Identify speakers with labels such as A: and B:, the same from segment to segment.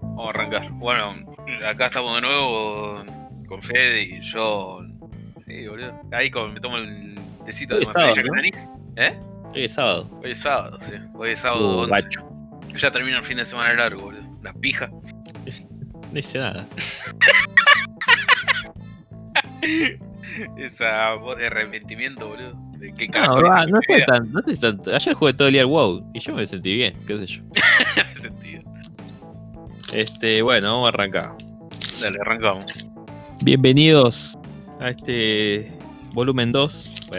A: podcast. Bueno, acá estamos de nuevo con Fede y yo. Sí, boludo. Ahí con- me tomo el tecito
B: Hoy
A: de
B: es sábado,
A: manzanilla con
B: ¿no?
A: nariz. ¿Eh?
B: Hoy es sábado.
A: Hoy es sábado, sí. Hoy es sábado.
B: Uh,
A: 11.
B: bacho.
A: Ya termina el fin de semana largo, boludo. Las pijas.
B: No hice nada.
A: Esa voz de arrepentimiento, boludo. ¿De qué
B: No,
A: carajo
B: va,
A: hice
B: no
A: mi
B: fue
A: vida?
B: tan, no sé si tanto. Ayer jugué todo el día al WoW y yo me sentí bien, qué sé yo.
A: Tiene sentido.
B: Este, bueno, vamos a arrancar.
A: Dale, arrancamos.
B: Bienvenidos a este volumen 2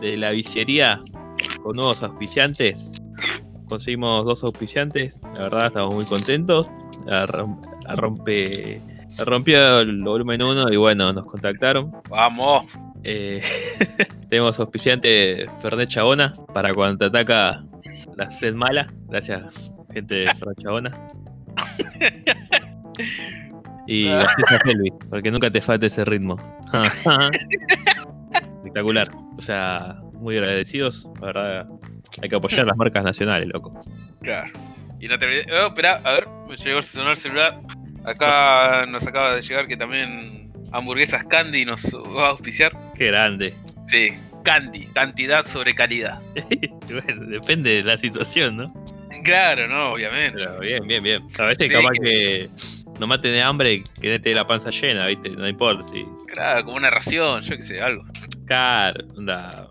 B: de la viciería con nuevos auspiciantes. Conseguimos dos auspiciantes, la verdad estamos muy contentos. La rom- la rompe, la rompió el volumen 1 y bueno, nos contactaron.
A: Vamos.
B: Eh, tenemos auspiciante Fernet Chabona para cuando te ataca la sed mala. Gracias, gente de Fernet Chabona. Y gracias a Felvi, porque nunca te falte ese ritmo. Espectacular. O sea, muy agradecidos. La verdad, hay que apoyar las marcas nacionales, loco.
A: Claro. Y no te olvides. Oh, esperá, a ver, me llegó el sonar el celular. Acá nos acaba de llegar que también Hamburguesas Candy nos va a auspiciar.
B: Qué grande.
A: Sí, Candy, cantidad sobre calidad.
B: Bueno, depende de la situación, ¿no?
A: Claro, no, obviamente.
B: Pero bien, bien, bien. A veces
A: Sí.
B: capaz que nomás tenés hambre y quedate la panza llena, ¿viste? No importa si.
A: Claro, como una ración, yo qué sé, algo.
B: Claro, onda.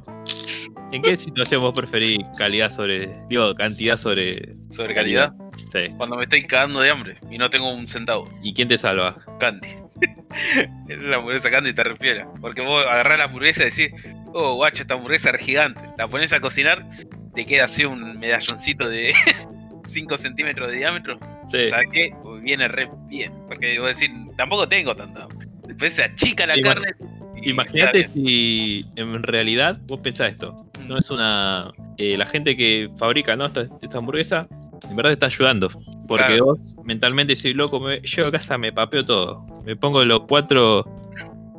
B: ¿En qué situación vos preferís calidad sobre. digo, cantidad sobre.
A: Sobre calidad.
B: Sí.
A: Cuando me estoy cagando de hambre y no tengo un centavo.
B: ¿Y quién te salva?
A: Candy. Es la hamburguesa Candy te refiere. Porque vos agarrás la hamburguesa y decís, oh, guacho, esta hamburguesa es gigante. La pones a cocinar, te queda así un medalloncito de 5 centímetros de diámetro.
B: Sí.
A: ¿Sabes qué? Viene re bien. Porque vos decís, tampoco tengo tanta. hambre". Después se achica la
B: Ima-
A: carne. y
B: Imagínate
A: está
B: si en realidad vos pensás esto.
A: bien.
B: No es una. eh, la gente que fabrica ¿no? esta, esta hamburguesa, en verdad te está ayudando. Porque
A: Claro.
B: vos mentalmente decís, loco, me, llego a casa, me papeo todo. Me pongo los cuatro.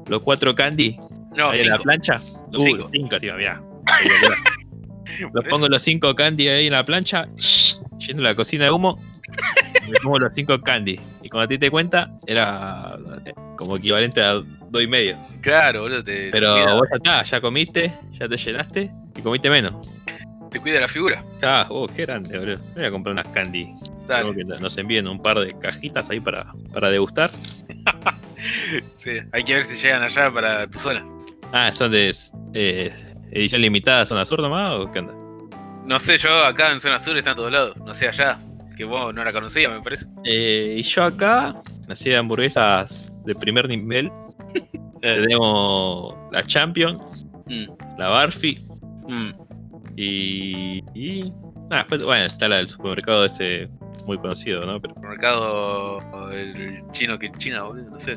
B: Los cuatro candy
A: No,
B: ahí en la
A: cinco.
B: plancha. Uh,
A: Cinco.
B: cinco encima, mirá.
A: Por
B: Los
A: eso,
B: pongo los cinco candy ahí en la plancha, yendo a la cocina de humo, me pongo los cinco candy. Y cuando a ti te cuenta, era como equivalente a dos y medio.
A: Claro, boludo. Te, te
B: Pero
A: cuida-
B: vos ya está, ya comiste, ya te llenaste y comiste menos.
A: te cuida la figura.
B: Ah, oh, qué grande, boludo. Voy a comprar unas candy.
A: Dale.
B: Tengo que nos envíen un par de cajitas ahí para, para degustar.
A: Sí, hay que ver si llegan allá para tu zona.
B: Ah, son de eh, edición limitada, son azul nomás o qué onda?
A: No sé, yo acá en zona sur está a todos lados. No sé allá, que vos no la conocías, me parece.
B: Eh, y yo acá, nací de hamburguesas de primer nivel. Tenemos la Champion,
A: Mm,
B: la Barfi
A: mm.
B: y. y- ah, después, bueno, está la del supermercado ese muy conocido, ¿no? Pero
A: Mercado o el chino que China, boludo, no sé.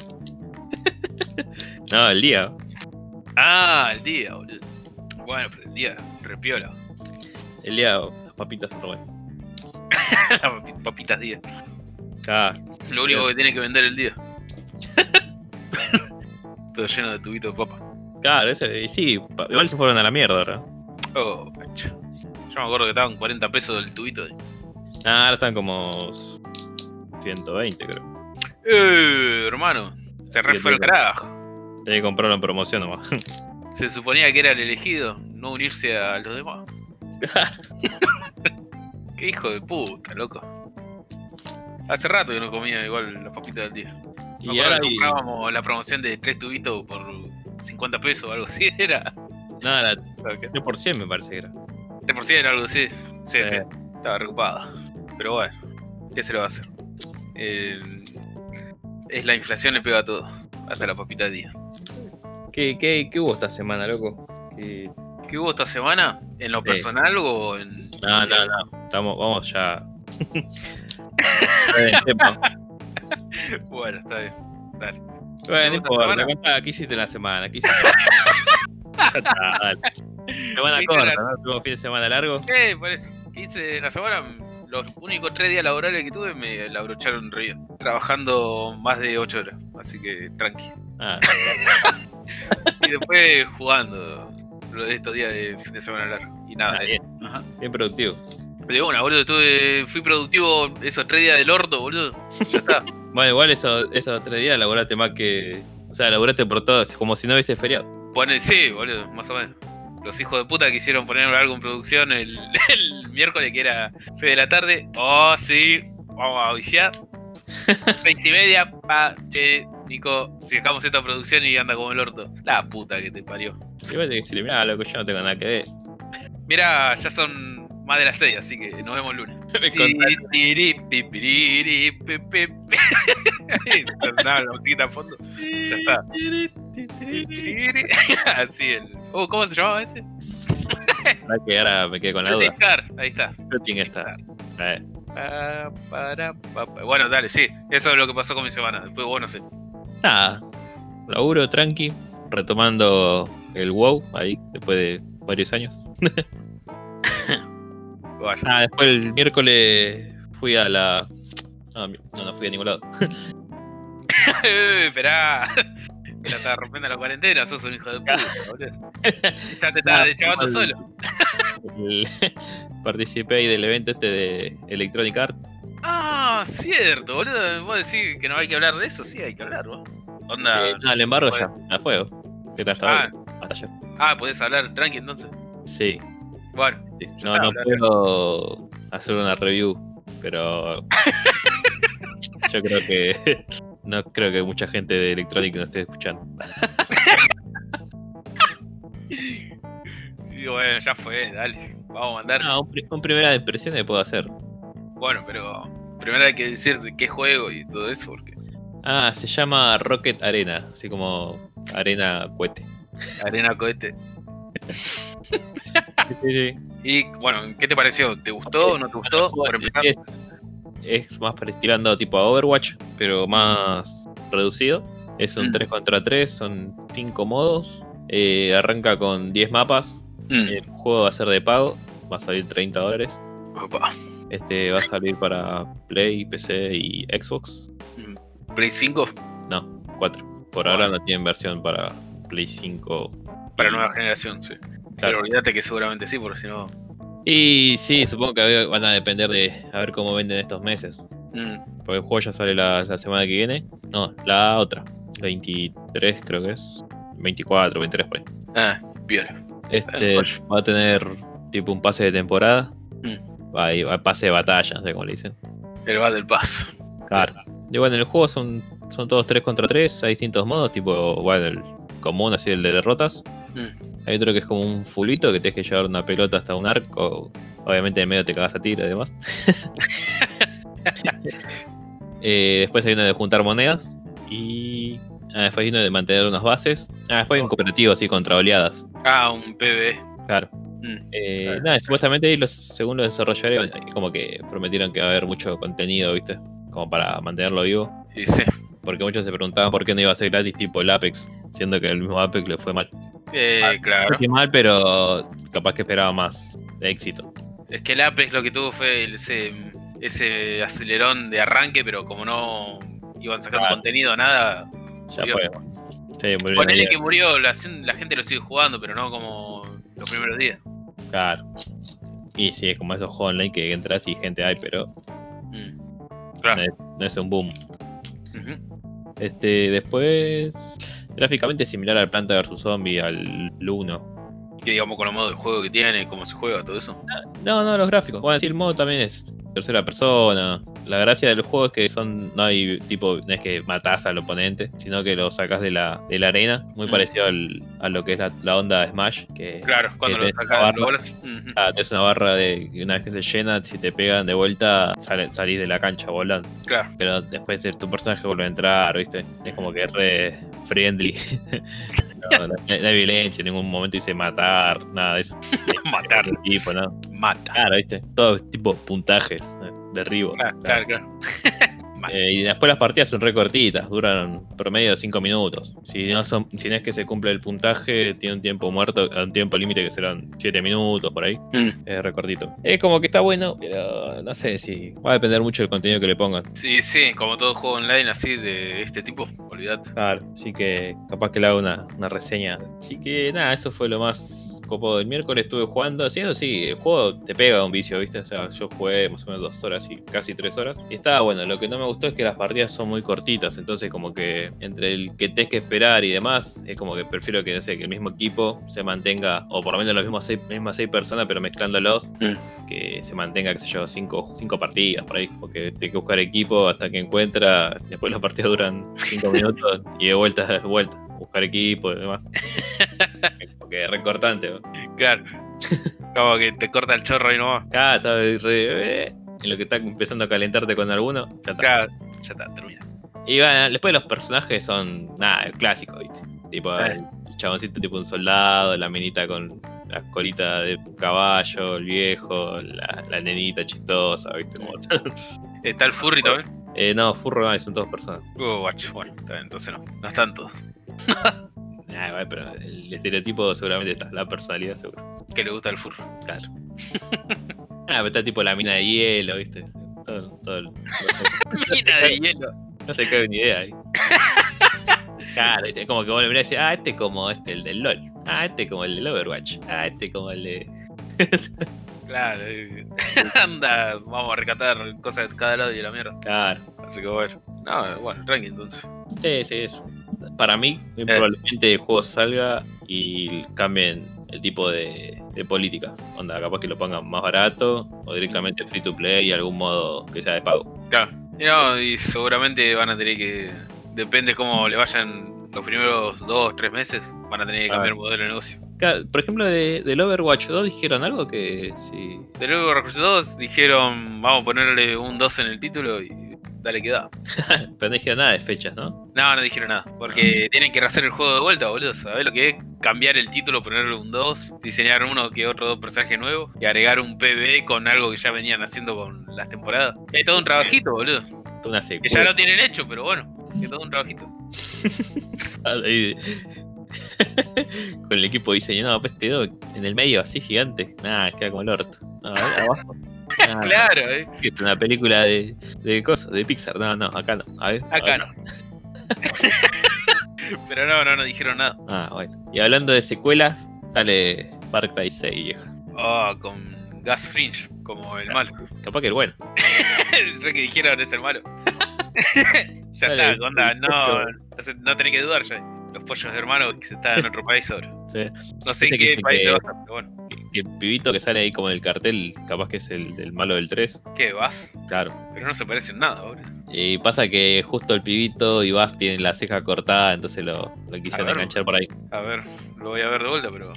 B: no, el día.
A: Ah, el día, boludo. Bueno, pero el día, repiola.
B: El día, las papitas no, bueno.
A: Papi- Papitas día.
B: Ah,
A: Lo único que tiene que vender el día. Todo lleno de tubitos de papa.
B: claro, ese, y sí, pa- igual se fueron a la mierda, ¿verdad?
A: Oh, macho. Yo me acuerdo que estaban 40 pesos el tubito. de-
B: Ah, ahora están como. 120, creo.
A: Eh, hermano. Se
B: Sí,
A: re fue el
B: tengo.
A: carajo.
B: Tenía que comprarlo en promoción nomás.
A: Se suponía que era el elegido, no unirse a los demás. Qué hijo de puta, loco. Hace rato que no comía igual las papitas del día.
B: Y ahora vi-
A: comprábamos la promoción de tres tubitos por 50 pesos o algo así, era.
B: Nada, la
A: De
B: 3% me parece que era.
A: por sí era algo así. Sí, sí,
B: Sí.
A: estaba preocupada. Pero bueno, ¿qué se le va a hacer? El- Es la inflación le pega a todo, hasta la papita del día.
B: ¿Qué, qué, qué hubo esta semana, loco? ¿Qué-
A: ¿Qué hubo esta semana? ¿En lo
B: Sí.
A: personal o en.?
B: No, no, no. Estamos, vamos ya. Eh, tema.
A: Bueno, está bien. Dale.
B: bueno, no
A: ¿Te gusta
B: importa.
A: semana?
B: Contá, ¿Qué hiciste en la semana? ¿Qué hiciste? ya está, dale. Semana
A: ¿Viste
B: corta,
A: la-
B: ¿no? Tuvimos fin de semana largo.
A: Eh, por eso. ¿Qué hice la semana? Los únicos tres días laborales que tuve me la abrocharon río. Trabajando más de ocho horas. Así que tranqui.
B: Ah,
A: Y después jugando lo de estos días de fin de semana largo. Y nada,
B: Ah,
A: eso. Ajá.
B: bien productivo.
A: Pero bueno, boludo, tuve, fui productivo esos tres días del orto, boludo. Ya está.
B: Bueno, igual esos, esos tres días laburaste más que. O sea, laburaste por todo, es como si no hubiese feriado.
A: Pone, sí, boludo, más o menos. Los hijos de puta quisieron poner algo en producción el, el miércoles que era 6 de la tarde. Oh, sí, vamos a viciar. Seis y media, pa, che, Nico, si dejamos esta producción y anda como el orto. La puta que te parió.
B: Igual te decirle, mirá, loco, yo no tengo nada que ver.
A: Mirá, ya son más de las seis, así que nos vemos el lunes.
B: Me contaron,
A: Tiri, pi, piriri, pi, pi, pi. Ahí sonaba la musiquita a fondo. Ya está. Tiri. Así el. Uh, ¿Cómo se llamaba ese?
B: la que ahora me quedé con la
A: Shooting
B: duda.
A: Star. Ahí está.
B: Shooting Star. Eh,
A: Pa, para, pa, pa. Bueno, dale, sí. Eso es lo que pasó con mi semana. Después vos no sé.
B: nada. Laburo tranqui. Retomando el WoW ahí, después de varios años.
A: Vaya.
B: Ah, después el miércoles fui a la. No, mi- no, no fui a ningún lado.
A: Eh, Esperá. Ya estaba rompiendo la cuarentena, sos un hijo de puta, boludo. Ya te estabas
B: Nada,
A: deschavando
B: fui al-
A: solo.
B: el- participé ahí del evento este de Electronic Arts.
A: Ah, cierto, boludo. Vos decís que no hay que hablar de eso, sí, hay que hablar, vos. Onda.
B: Eh, no, el embargo ya, a fuego. Era hasta
A: Ah.
B: ahora, hasta allá.
A: Ah, podés hablar tranqui entonces.
B: Sí,
A: Bueno,
B: sí. No, no
A: hablar.
B: puedo hacer una review, pero yo creo que no creo que mucha gente de Electronic nos esté escuchando.
A: y bueno, ya fue, dale. Vamos a mandar.
B: No, Ah, un, pri- un primera impresión le puedo hacer.
A: Bueno, pero primero hay que decir de qué juego y todo eso, porque
B: Ah, se llama Rocket Arena, así como arena cohete.
A: arena cohete.
B: Sí, sí, sí.
A: Y bueno, ¿qué te pareció? ¿Te gustó o no te gustó? Por empezar,
B: Es, es más para estirando tipo a Overwatch, pero más reducido. Es un
A: Mm.
B: 3 contra 3, son 5 modos. Eh, arranca con 10 mapas.
A: Mm.
B: El juego va a ser de pago, va a salir 30 dólares.
A: Opa.
B: Este va a salir para Play, PC y Xbox
A: Play 5
B: 4. Por ahora no tienen versión para Play 5.
A: para nueva generación, sí. Pero
B: Claro.
A: olvídate que seguramente sí, porque si no.
B: Y sí, supongo que van a depender de a ver cómo venden estos meses.
A: Mm.
B: Porque el juego ya sale la, la semana que viene. No, la otra. 23 creo que es. 24, 23 por ahí.
A: Ah, bien.
B: Este
A: joya.
B: va a tener tipo un pase de temporada.
A: Mm.
B: Va a ir- va- pase de batalla, no sé cómo le dicen.
A: El Battle Pass.
B: Claro. Y bueno, en el juego son, son todos 3 contra 3. Hay distintos modos. Tipo, bueno, el común, así el de derrotas.
A: Mm.
B: Hay otro que es como un fulito que tienes que llevar una pelota hasta un arco. Obviamente en medio te cagas a tiro además. Eh, después hay uno de juntar monedas. Y ah, después hay uno de mantener unas bases. Ah, después hay un cooperativo así contra oleadas.
A: Ah, un PvE.
B: Claro.
A: Mm.
B: Eh,
A: Claro.
B: Nada, supuestamente ahí los, según los desarrolladores, como que prometieron que va a haber mucho contenido, ¿viste? Como para mantenerlo vivo.
A: Y sí.
B: Porque muchos se preguntaban por qué no iba a ser gratis tipo el Apex, siendo que el mismo Apex le fue mal.
A: Eh,
B: No
A: claro.
B: fue mal, pero capaz que esperaba más de éxito.
A: Es que el Apex lo que tuvo fue el- ese, ese acelerón de arranque, pero como no iban sacando
B: Claro.
A: contenido, nada,
B: Ya
A: Dios.
B: fue. Sí, muy bien,
A: Ponele
B: bien,
A: que murió, la, gen- la gente lo sigue jugando, pero no como los primeros días.
B: Claro. Y sí, es como esos juegos online que entras y gente hay, pero
A: Mm.
B: no es un boom.
A: Ujú.
B: Este, después. Gráficamente es similar al Planta vs Zombie, al 1.
A: Que digamos con los modos de juego que tiene, cómo se juega, todo eso.
B: No, no, los gráficos. Bueno, sí, el modo también es tercera persona. La gracia del juego es que son. No hay tipo. No es que matás al oponente, sino que lo sacás de la, de la arena. Muy
A: Mm.
B: parecido al- a lo que es la, la onda Smash, que
A: Claro, cuando lo
B: tenés la
A: sacas,
B: barra.
A: lo bolas. Ujú.
B: Ah, es una barra de que una vez que se llena, si te pegan de vuelta, sale- salís de la cancha volando.
A: Claro,
B: Pero después de- tu personaje vuelve a entrar, ¿viste? Es como que es re friendly. no, no hay- no hay violencia, en ningún momento dice matar, nada de eso.
A: matar,
B: Ese Tipo, ¿no?
A: mata.
B: Claro, ¿viste? Todo tipo puntajes, eh, derribos.
A: Claro, Ah, claro,
B: claro.
A: claro.
B: Eh, y después las partidas son re cortitas, duran promedio de 5 minutos. Si no, son, si no es que se cumple el puntaje, tiene un tiempo muerto, un tiempo límite que serán 7 minutos por ahí.
A: Mm.
B: Es eh, recortito. Es como que está bueno, pero no sé si. Va a depender mucho del contenido que le pongan.
A: Sí, sí, como todo juego online así de este tipo, olvidate.
B: Claro. Así que capaz que le haga una, una reseña. Así que nada, eso fue lo más copado. El miércoles estuve jugando, haciendo sí, el juego te pega un vicio, ¿viste? O sea, yo jugué más o menos dos horas y casi tres horas. Y estaba bueno, lo que no me gustó es que las partidas son muy cortitas, entonces como que entre el que tenés que esperar y demás, es como que prefiero que, no sé, que el mismo equipo se mantenga, o por lo menos las mismas seis, mismas seis personas, pero mezclándolos,
A: Mm.
B: que se mantenga, qué sé yo, cinco, cinco partidas por ahí, porque tenés que buscar equipo hasta que encuentra, después las partidas duran cinco minutos y de vuelta, de vuelta, buscar equipo y demás. Porque es recortante. ¿no?
A: Claro. Como que te corta el chorro y no va.
B: Ah, está re- eh, en lo que está empezando a calentarte con alguno. Ya está.
A: Claro, ya está, termina.
B: Y bueno, después los personajes son nada, clásicos, ¿viste? Tipo
A: Claro.
B: el chaboncito tipo un soldado, la menita con las colitas de caballo, el viejo, la, la nenita chistosa, ¿viste? Como-
A: Está el furry también.
B: Eh, no, furro no, son todas personas.
A: Uh, guacho, bueno, está bien, entonces no. No están todos.
B: Nah, Ah, igual, pero el estereotipo seguramente está, la personalidad seguro.
A: Que le gusta el furry.
B: Claro. ah, pero está tipo la mina de hielo, ¿viste? Todo, todo el-
A: Mina de hielo.
B: No se cae ni idea ahí. Claro, es como que vos le mirás y decís, ah, este como este, el del LOL. Ah, este como el del Overwatch. Ah, este como el de.
A: Claro. eh, Anda, vamos a rescatar cosas de cada lado y la mierda.
B: Claro.
A: Así que bueno. No, bueno, tranqui entonces.
B: Sí, sí, eso. Para mí, muy probablemente el juego salga y cambien el tipo de, de políticas. Onda, capaz que lo pongan más barato o directamente free to play y algún modo que sea de pago.
A: Claro. Y no, y seguramente van a tener que. Depende cómo le vayan los primeros dos, tres meses, van a tener que
B: Ah.
A: cambiar el modelo de negocio.
B: Claro, Por ejemplo, de, del Overwatch 2 dijeron algo que sí.
A: De luego Recursos 2 dijeron, vamos a ponerle un 2 en el título y dale que da.
B: Pero no dijeron nada de fechas, ¿no?
A: No, no dijeron nada, porque tienen que rehacer el juego de vuelta, boludo. ¿Sabés lo que es? Cambiar el título, ponerle un 2, diseñar uno que otro dos personajes nuevos y agregar un PvE con algo que ya venían haciendo con las temporadas. Es todo un trabajito, boludo.
B: Toda Una
A: Que
B: secuela.
A: ya lo tienen hecho, pero bueno, es todo un trabajito.
B: Ahí. Con el equipo diseñado, pues te doy en el medio, así gigante. Nada, queda como el orto. No, ahí abajo. Nah,
A: Claro, eh.
B: que Es una película de, de cosas, de Pixar. No, no, acá no. A ver, a
A: acá
B: ver.
A: no. pero no, no, no dijeron nada.
B: Ah, bueno. Y hablando de secuelas, sale Far Cry 6, viejo.
A: Ah, con Gas Fringe, como
B: Ah.
A: el malo.
B: Capaz que el bueno.
A: Yo que dijeron es el malo. ya
B: Dale,
A: está, onda,
B: el
A: no,
B: pollo.
A: no, se- no tenés que dudar ya. Los pollos hermanos que se están en otro país ahora.
B: Sí.
A: No sé en
B: Viste
A: qué
B: que-
A: país
B: que-
A: se basan, pero bueno.
B: Que, que el pibito que sale ahí como en el cartel, capaz que es el del malo del 3.
A: ¿Qué vas?
B: Claro.
A: Pero no se parecen nada ahora.
B: Y pasa que justo el pibito y Bass tiene la ceja cortada, entonces lo,
A: Ah,
B: lo quisieron
A: ver.
B: enganchar por ahí.
A: A ver, lo voy a ver de vuelta, pero.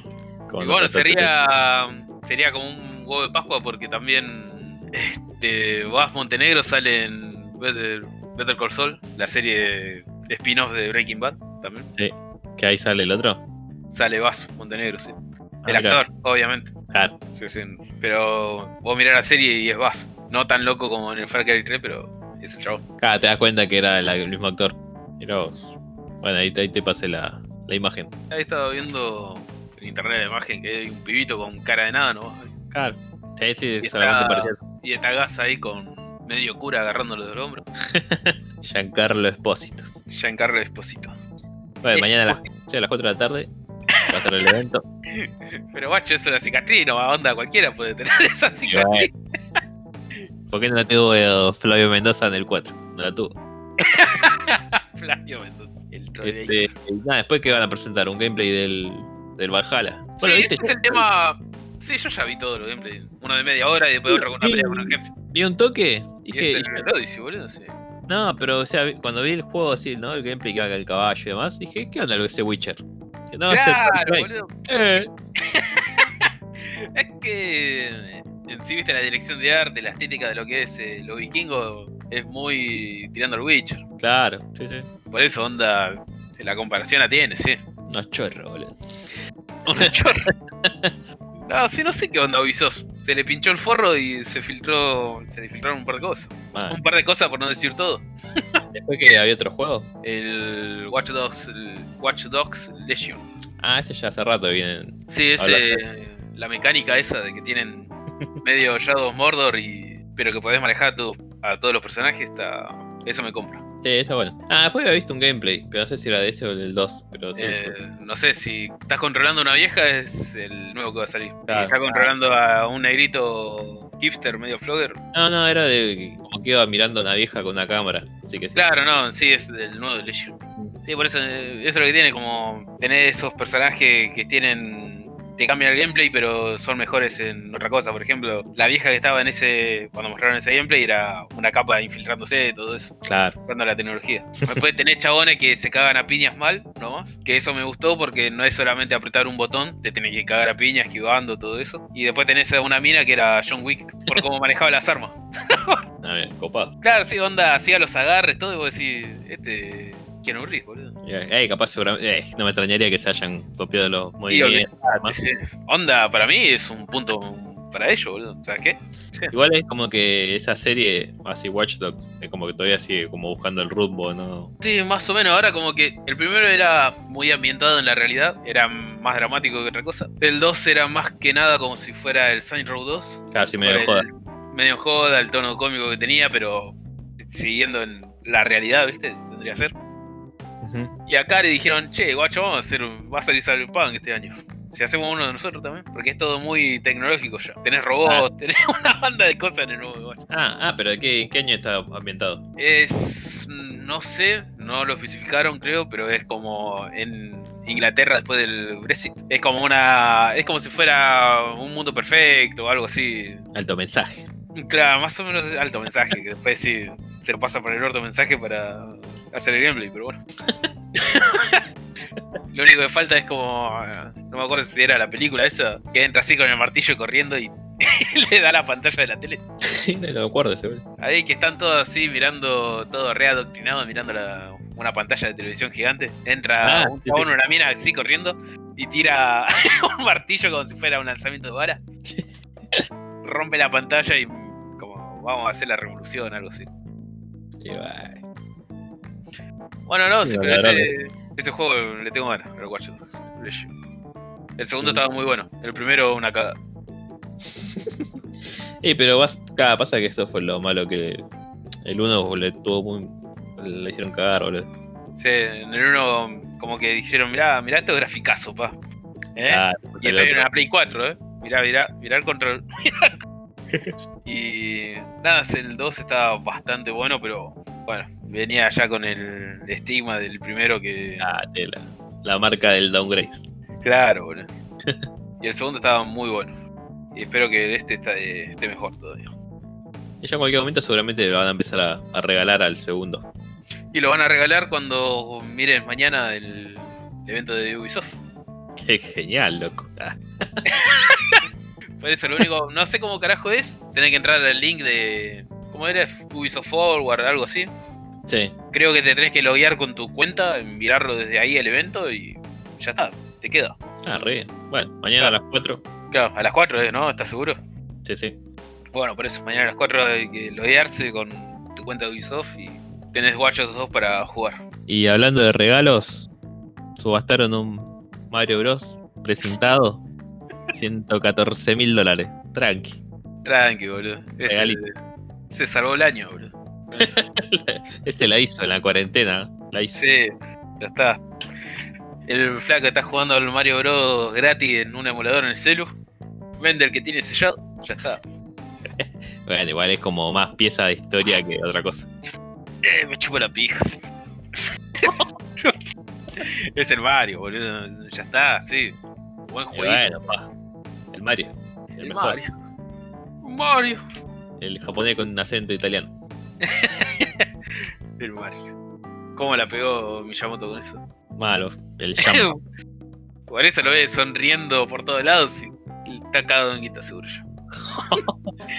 B: como
A: y bueno,
B: no pasó el
A: sería. Sería como un huevo de Pascua porque también. Este. Vas Montenegro sale en Better, Better Call Saul, la serie spin-off de Breaking Bad también.
B: Que ahí sale el otro.
A: Sale Vas Montenegro, sí.
B: Ah,
A: El
B: mirá.
A: actor, obviamente.
B: Claro.
A: Sí, sí. Pero vos mirás la serie y es Bass. No tan loco como en el Far Cry 3, pero es el chabón.
B: Ah, te das cuenta que era el, el mismo actor. Mirá vos. Bueno, ahí, te- ahí te pasé la, la imagen.
A: Ahí estaba viendo en internet la imagen que hay un pibito con cara de nada, ¿no?
B: Claro. Sí, sí,
A: Y
B: solamente
A: está-
B: parecía
A: Y está Gas ahí con medio cura agarrándolo del hombro.
B: Giancarlo Espósito.
A: Ya encarga Esposito.
B: Bueno,
A: Es-
B: mañana a las, sí, a las 4 de la tarde va a estar el evento.
A: Pero guacho, es una cicatriz, no onda cualquiera puede tener esa
B: Y
A: cicatriz.
B: bueno, ¿Por qué no la tuvo eh, Flavio Mendoza en el 4? No la tuvo.
A: Flavio, entonces. El troll
B: Este,
A: ahí.
B: y nada, después que van a presentar un gameplay del, del Valhalla.
A: Sí, ese es el tema. Sí, yo ya vi todo lo gameplay. Uno de media hora y después otro con una pelea con un jefe.
B: Vi un toque. y
A: Y
B: Dije,
A: es el Odyssey, boludo. Sí.
B: No, pero o sea, vi- cuando vi el juego así, ¿no? El gameplay que va con el caballo y demás, dije, ¿qué onda con ese Witcher? Que no, es el Far
A: Claro,
B: Cry.
A: boludo.
B: Eh,
A: Es que eh, en sí, viste, la dirección de arte, la estética de lo que es eh, lo vikingo es muy tirando al Witcher.
B: Claro, sí, sí.
A: Por eso, onda, la comparación la tiene, sí.
B: Unos chorros, boludo.
A: Una chorra. no, sí, no sé qué onda Ubisoft. Se le pinchó el forro y se filtró, se le filtraron un par de cosas.
B: Man,
A: Un par de cosas por no decir todo.
B: después que había otro juego.
A: El Watch Dogs, el Watch Dogs Legion.
B: Ah, ese ya hace rato vienen.
A: Sí, ese,
B: Hablaste.
A: la mecánica esa de que tienen medio Shadows Mordor y pero que podés manejar a, tu- a todos los personajes, está eso me compra.
B: Sí, está bueno. Ah, después había visto un gameplay, pero no sé si era de ese o del 2. Pero sí,
A: Eh,
B: sí.
A: no sé, si estás controlando a una vieja es el nuevo que va a salir.
B: Claro.
A: si estás controlando a un negrito hipster, medio flogger.
B: No, no, era de como que iba mirando a una vieja con una cámara. Así que sí,
A: Claro, no, sí, es del nuevo Legion. Sí, por eso, eh, eso es lo que tiene, como tener esos personajes que tienen... Te cambian el gameplay, pero son mejores en otra cosa. Por ejemplo, la vieja que estaba en ese. Cuando mostraron ese gameplay, era una capa infiltrándose, todo eso.
B: sí, claro.
A: usando la tecnología. Después tenés chabones que se cagan a piñas mal, nomás. Que eso me gustó porque no es solamente apretar un botón, te tenés que cagar a piñas, esquivando, todo eso. Y después tenés a una mina que era John Wick, por cómo manejaba las armas.
B: Ah, bien, copado.
A: Claro, sí, onda, hacía los agarres, todo, y vos decís, este. Keanu Reeves, boludo.
B: Eh, eh, capaz seguramente. eh, no me extrañaría que se hayan copiado los movimientos. más.
A: Sí. Onda, para mí es un punto para ello, boludo. ¿Sabes qué?
B: Igual es como que esa serie, así Watch Dogs, es como que todavía sigue como buscando el rumbo, ¿no?
A: Sí, más o menos. Ahora como que el primero era muy ambientado en la realidad, era más dramático que otra cosa. El 2 era más que nada como si fuera el Saint Row 2.
B: Casi medio
A: Por
B: joda.
A: el- Medio joda, el tono cómico que tenía, pero siguiendo en la realidad, ¿viste? Tendría que ser.
B: Ujú.
A: Y acá le dijeron, che, guacho, vamos a hacer, un- va a salir Cyberpunk este año. Si hacemos uno de nosotros también, porque es todo muy tecnológico ya. Tenés robots, tenés una banda de cosas en el nuevo. guacho.
B: Ah, ah, pero ¿en qué, en qué año está ambientado?
A: Es. No sé, no lo especificaron, creo, pero es como en Inglaterra después del Brexit. Es como una. Es como si fuera un mundo perfecto o algo así.
B: Alto mensaje.
A: Claro, más o menos es alto mensaje, que después sí se lo pasa por el orto mensaje para hacer el gameplay, pero bueno. lo único que falta es como. No me acuerdo si era la película esa, que entra así con el martillo corriendo y le da la pantalla de la tele.
B: no me acuerdo, seguro.
A: Ahí que están todos así mirando, todo readoctrinados, mirando la- una pantalla de televisión gigante. Entra
B: Ah,
A: un
B: sí,
A: chabón,
B: sí.
A: una mina así corriendo y tira un martillo como si fuera un lanzamiento de vara.
B: Sí.
A: Rompe la pantalla y como vamos a hacer la revolución, algo así.
B: Y va.
A: Bueno, no,
B: Sí,
A: sí,
B: la
A: pero
B: verdad
A: ese, ese juego le tengo ganas, al Watch Dogs Legion. El segundo
B: Sí.
A: estaba muy bueno, el primero una cagada.
B: Eh, pero vas, cada pasa que eso fue lo malo que el uno le tuvo muy. Le hicieron cagar, boludo.
A: Sí, en el uno como que dijeron, mirá, mirá estos graficazos, pa. ¿Eh?
B: Ah,
A: Y
B: el
A: estoy en
B: otro.
A: la Play 4, eh. Mirá, mirá, mirá el control. y nada, el 2 estaba bastante bueno, pero bueno, venía ya con el estigma del primero que.
B: Ah, tela. La marca del downgrade.
A: Claro, boludo. y el segundo estaba muy bueno. Y espero que este está- esté mejor todavía.
B: Y ya en cualquier momento seguramente lo van a empezar a, a regalar al segundo.
A: Y lo van a regalar cuando miren mañana el evento de Ubisoft.
B: Qué genial, loco. Ah,
A: Por eso lo único, no sé cómo carajo es, tenés que entrar al link de. ¿Cómo era? Ubisoft Forward, algo así.
B: sí.
A: Creo que te tenés que loguear con tu cuenta, mirarlo desde ahí el evento y ya está, te queda.
B: Ah, re bien. Bueno, mañana a las 4.
A: Claro, a las 4, ¿eh? ¿no? ¿Estás seguro?
B: Sí, sí.
A: Bueno, por eso, mañana a las 4 hay que loguearse con tu cuenta de Ubisoft y tenés Watch Dogs 2 para jugar.
B: Y hablando de regalos, subastaron un Mario Bros. presentado. 114 mil dólares. Tranqui.
A: Tranqui, boludo. Ese-
B: Regalito.
A: se salvó el año, boludo.
B: Este la hizo en la cuarentena. La hizo.
A: Sí, ya está. El flaco está jugando al Mario Bros gratis en un emulador en el celu. Vende el que tiene sellado, ya está.
B: Bueno, igual es como más pieza de historia que otra cosa.
A: Eh, me chupo la pija. es el Mario, boludo. Ya está, sí. Buen
B: Y
A: jueguito.
B: Eh, bueno, pa. El Mario. El,
A: el
B: mejor.
A: Mario. Un Mario.
B: El japonés con un acento italiano.
A: El Mario. ¿Cómo la pegó Miyamoto con eso?
B: Malo. El Jam.
A: por eso lo ve sonriendo por todos lados. Y está cada donguita seguro yo.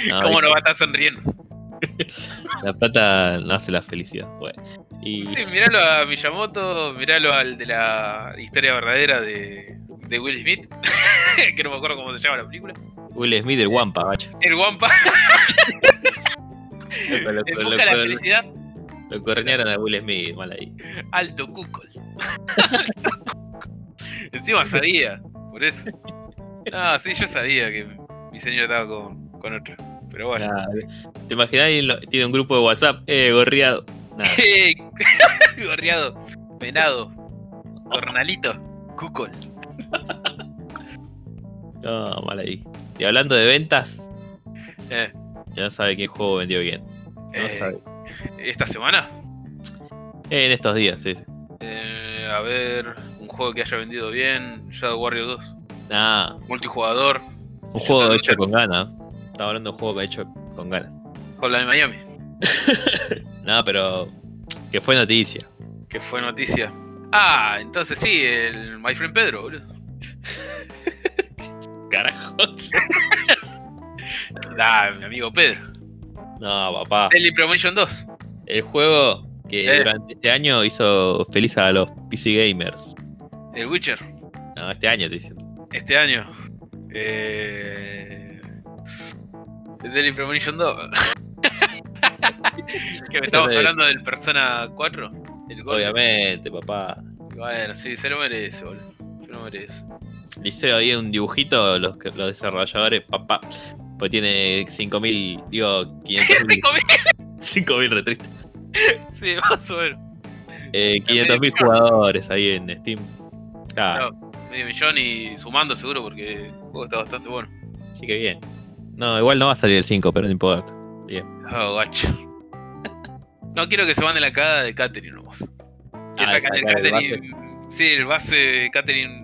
B: No,
A: ¿Cómo no va a estar sonriendo?
B: La plata no hace la felicidad. Bueno. Y
A: Sí, miralo a Miyamoto, miralo al de la historia verdadera de, de Will Smith, que no me acuerdo cómo se llama la película.
B: Will Smith, el Wampa, macho.
A: El Wampa,
B: Lo, lo-
A: en
B: lo-
A: busca de la
B: lo-
A: felicidad,
B: lo cornearon a Will Smith, mal ahí.
A: alto cucol. Encima sabía, por eso. Ah, sí, yo sabía que mi señor estaba con, con otro. Pero bueno,
B: Ah, ¿Te imaginas? Tiene un grupo de WhatsApp, eh, gorriado. Nada.
A: Eh, Gorriado, venado, cornalito, cucol.
B: No, mal ahí. Y hablando de ventas,
A: Eh,
B: ya sabe qué juego vendió bien. No
A: eh,
B: sabe.
A: ¿Esta semana?
B: En estos días, sí. sí.
A: Eh, a ver, un juego que haya vendido bien, Shadow Warrior 2.
B: Nah,
A: Multijugador,
B: un juego hecho con ganas. Estaba hablando de un juego hecho con ganas.
A: Hotline Miami,
B: Nada, pero que fue noticia.
A: que fue noticia. Ah, entonces sí, el My Friend Pedro, boludo.
B: Carajos.
A: Ah, mi amigo Pedro.
B: No, papá.
A: Deadly Promotion 2.
B: El juego que
A: Eh.
B: durante este año hizo feliz a los PC gamers.
A: El Witcher,
B: No, este año te dicen.
A: este año. Eh... Deadly Premonition 2. que estamos
B: es-
A: hablando del Persona 4. El Golden.
B: Obviamente, papá.
A: Bueno, sí, se lo merece, boludo. Se lo merece.
B: Liceo ahí un dibujito, los, que- los desarrolladores, papá. Pues tiene 5.000, digo, 500.000. 5.000 re triste.
A: sí, más o menos.
B: Eh, 500.000 jugadores ahí en Steam. Ah,
A: Medio millón y sumando seguro porque el juego está bastante bueno.
B: así que bien. No, igual no va a salir el 5, pero no importa.
A: Oh, guacho. No quiero que se mande la cagada de Catherine nomás. Que
B: Ah,
A: sacan el
B: sacar el
A: Catherine. Sí, el base de Catherine.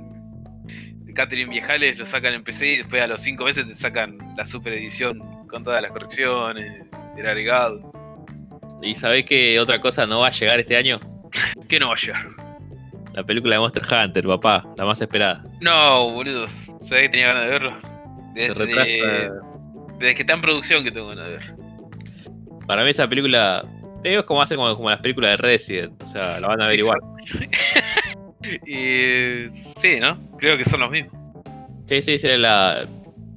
A: de Catherine Viejales lo sacan en PC y después a los 5 meses te sacan la super edición con todas las correcciones, el agregado.
B: ¿Y sabés que otra cosa no va a llegar este año?
A: ¿Qué no va a llegar?
B: La película de Monster Hunter, papá, la más esperada.
A: No, boludo. ¿Sabés que tenía ganas de verlo? Desde,
B: Se retrasa.
A: desde que está en producción que tengo ganas de verlo.
B: Para mí esa película eh, es como hacer como, como las películas de Resident, o sea, la van a averiguar.
A: Y. Sí, ¿no? Creo que son los mismos.
B: Sí, sí, sí, la-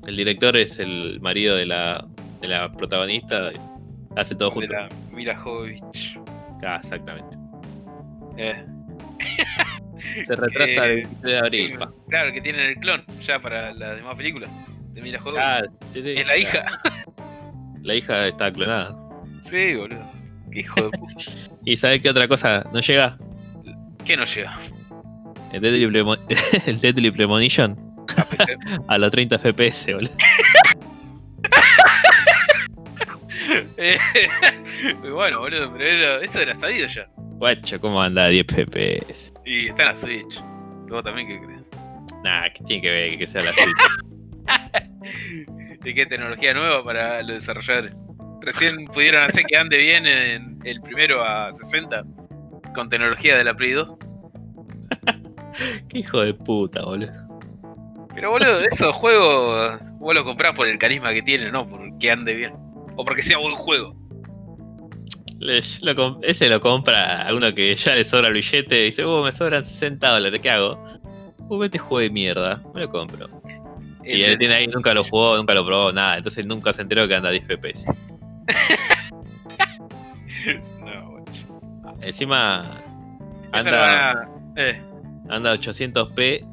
B: el director es el marido de la, de la protagonista, hace todo
A: De
B: junto.
A: la Mila Jovovich.
B: Ah, exactamente.
A: Eh.
B: Se retrasa
A: Eh,
B: el 23 de abril. pa.
A: Claro, que tienen el clon ya para las demás películas de Mila Jovovich.
B: Ah, sí, sí,
A: eh, es la hija.
B: La hija está clonada.
A: Sí, boludo. Qué hijo de puta.
B: ¿Y sabés qué otra cosa no llega?
A: ¿Qué no llega?
B: El Deadly, Premo- el Deadly Premonition
A: A PC.
B: a los 30 FPS, boludo.
A: Eh, y bueno, boludo, pero era- eso era sabido ya.
B: Guacho, ¿cómo anda 10 FPS?
A: Y está en la Switch. Vos también, ¿qué crees?
B: Nah, que tiene que ver que sea la suite.
A: ¿De qué tecnología nueva para los desarrolladores? Recién pudieron hacer que ande bien en el primero a 60 con tecnología de la Play 2.
B: Qué hijo de puta, boludo.
A: Pero boludo, esos juegos vos los comprás por el carisma que tiene, no por que ande bien. O porque sea buen juego.
B: Le- lo com- ese lo compra a uno que ya le sobra el billete y dice, uh, me sobran 60 dólares, ¿qué hago? Uh, este juego de mierda, me lo compro. Y él tiene ahí, nunca lo jugó, nunca lo probó, nada, entonces nunca se enteró que anda a 10 FPS.
A: No, boludo.
B: Encima
A: Esa
B: anda,
A: hermana- eh,
B: anda a 800p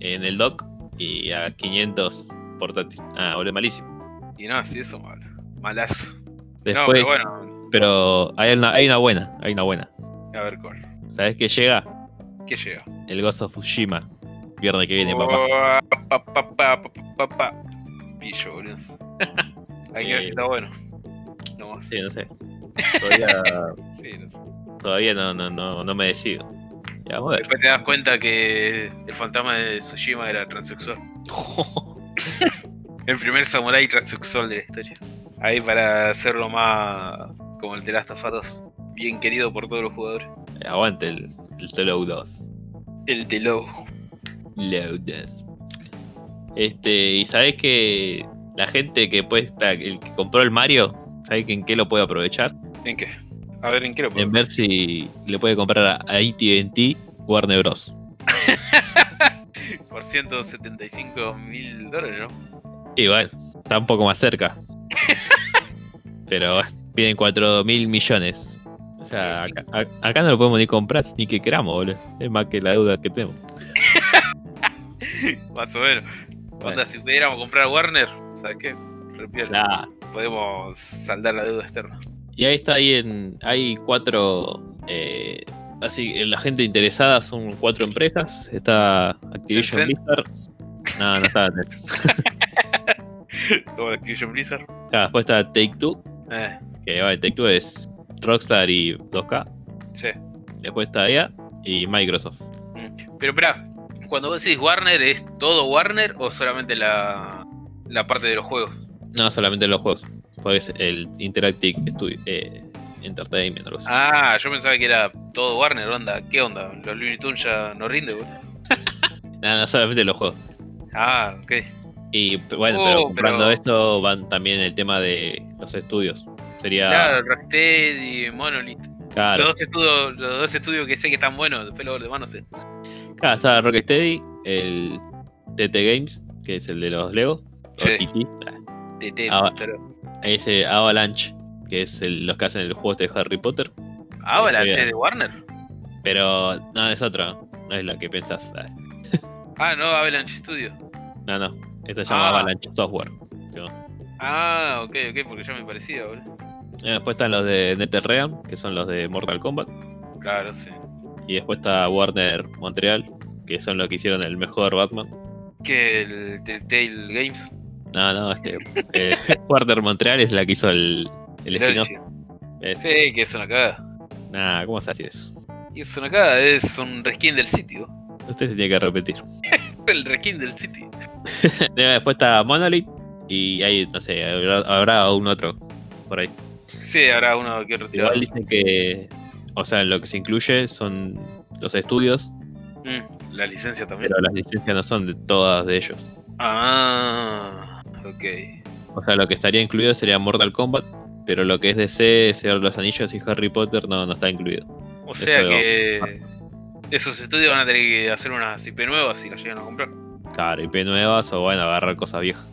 B: en el dock y a 500 portátil. Ah, boludo, malísimo.
A: y no, sí, eso mal. Malazo. no,
B: Después,
A: pero bueno,
B: pero hay una, hay una buena, hay una buena.
A: a ver, Cor.
B: ¿Sabes qué llega?
A: ¿Qué llega?
B: El Ghost of Tsushima. Viernes que viene, papá.
A: Oh, pa, pa, pa, pa, pa, pa, pa. Pillo, boludo. Hay que ver si
B: Eh.
A: está bueno. No más.
B: Sí, no sé. Todavía-
A: Sí, no sé.
B: Todavía no, no, no, no me decido. Ya, vamos a ver.
A: Después te das cuenta que el fantasma de Tsushima era transexual. El primer samurái transexual de la historia. Ahí para hacerlo más como el de Last of Us 2, Bien querido por todos los jugadores.
B: Aguante el, el Tolo 2.
A: El de Low.
B: Low 2. Este, y sabés que la gente que puesta, el que compró el Mario, ¿sabés que en qué lo puede aprovechar?
A: ¿En qué? A ver, ¿en qué lo puedo?
B: En ver si le puede comprar a ATT Warner Bros.
A: Por 175 mil dólares, ¿no?
B: Y bueno, está un poco más cerca. Pero bueno, piden 4 mil millones. O sea, acá, a- acá no lo podemos ni comprar ni que queramos, boludo. Es más que la deuda que tenemos.
A: Más o menos. Onda, si pudiéramos comprar Warner, ¿sabes qué? Repiel,
B: Claro.
A: Podemos saldar la deuda externa.
B: Y ahí está, ahí en, hay cuatro, eh, así, eh, la gente interesada son cuatro empresas. Está Activision
A: Tencent.
B: Blizzard. No, no está. Tencent.
A: Como Activision Blizzard.
B: Está, después está Take Two,
A: Eh,
B: que va, Take Two es Rockstar y 2K.
A: sí.
B: Después está EA y Microsoft.
A: Pero espera, cuando vos decís Warner, ¿es todo Warner o solamente la, la parte de los juegos?
B: No, solamente los juegos. Porque es el Interactive Studio, eh, Entertainment. algo así.
A: Ah, yo pensaba que era todo Warner, onda. ¿Qué onda? Los Looney Tunes ya no rinden, boludo.
B: Nada, solamente los juegos.
A: Ah, ok.
B: Y p- bueno,
A: Oh,
B: pero comprando
A: pero-
B: esto van también el tema de los estudios. Sería
A: Claro, Rocksteady y Monolith.
B: claro,
A: Los, dos estudios, los dos estudios que sé que están buenos, después los demás no sé.
B: claro, está Ah, Rocksteady, el TT Games, que es el de los Lego, o
A: Sí.
B: TT,
A: Te- te-
B: Ah,
A: pero-
B: ese Avalanche, que es el- los que hacen el juego este de Harry Potter,
A: Avalanche
B: bien.
A: Ah, de Warner.
B: pero no es otra, no es la que pensás. ah,
A: Ah, no, Avalanche Studio.
B: No, no, esta se llama
A: Ah.
B: Avalanche Software.
A: Ah, ok, ok, porque ya me parecía, boludo.
B: Eh, Después están los de NetherRealm, que son los de Mortal Kombat,
A: Claro, sí.
B: y después está Warner Montreal, que son los que hicieron el mejor Batman.
A: Que el Telltale Games.
B: No, no, este. eh, Warner Montreal es la que hizo el, el
A: el
B: spin-off.
A: Origin.
B: Es-
A: Sí, que es una cagada.
B: Nah, ¿cómo se hace eso?
A: Y es una cagada, es un reskin del sitio.
B: Usted se tiene que repetir.
A: El reskin del City.
B: Después está Monolith y ahí, no sé, habrá, habrá un otro por ahí.
A: Sí, habrá uno que otro
B: Igual
A: tirado.
B: dicen que. O sea, lo que se incluye son los estudios,
A: Mm, la licencia también.
B: pero las licencias no son de todas de ellos.
A: Ah, ok.
B: O sea, lo que estaría incluido sería Mortal Kombat, pero lo que es DC, Señor de los Anillos y Harry Potter no, no está incluido.
A: O sea
B: Eso-
A: que esos estudios van a tener que hacer unas IP nuevas si las llegan a comprar.
B: Claro, IP nuevas o bueno, agarrar cosas viejas.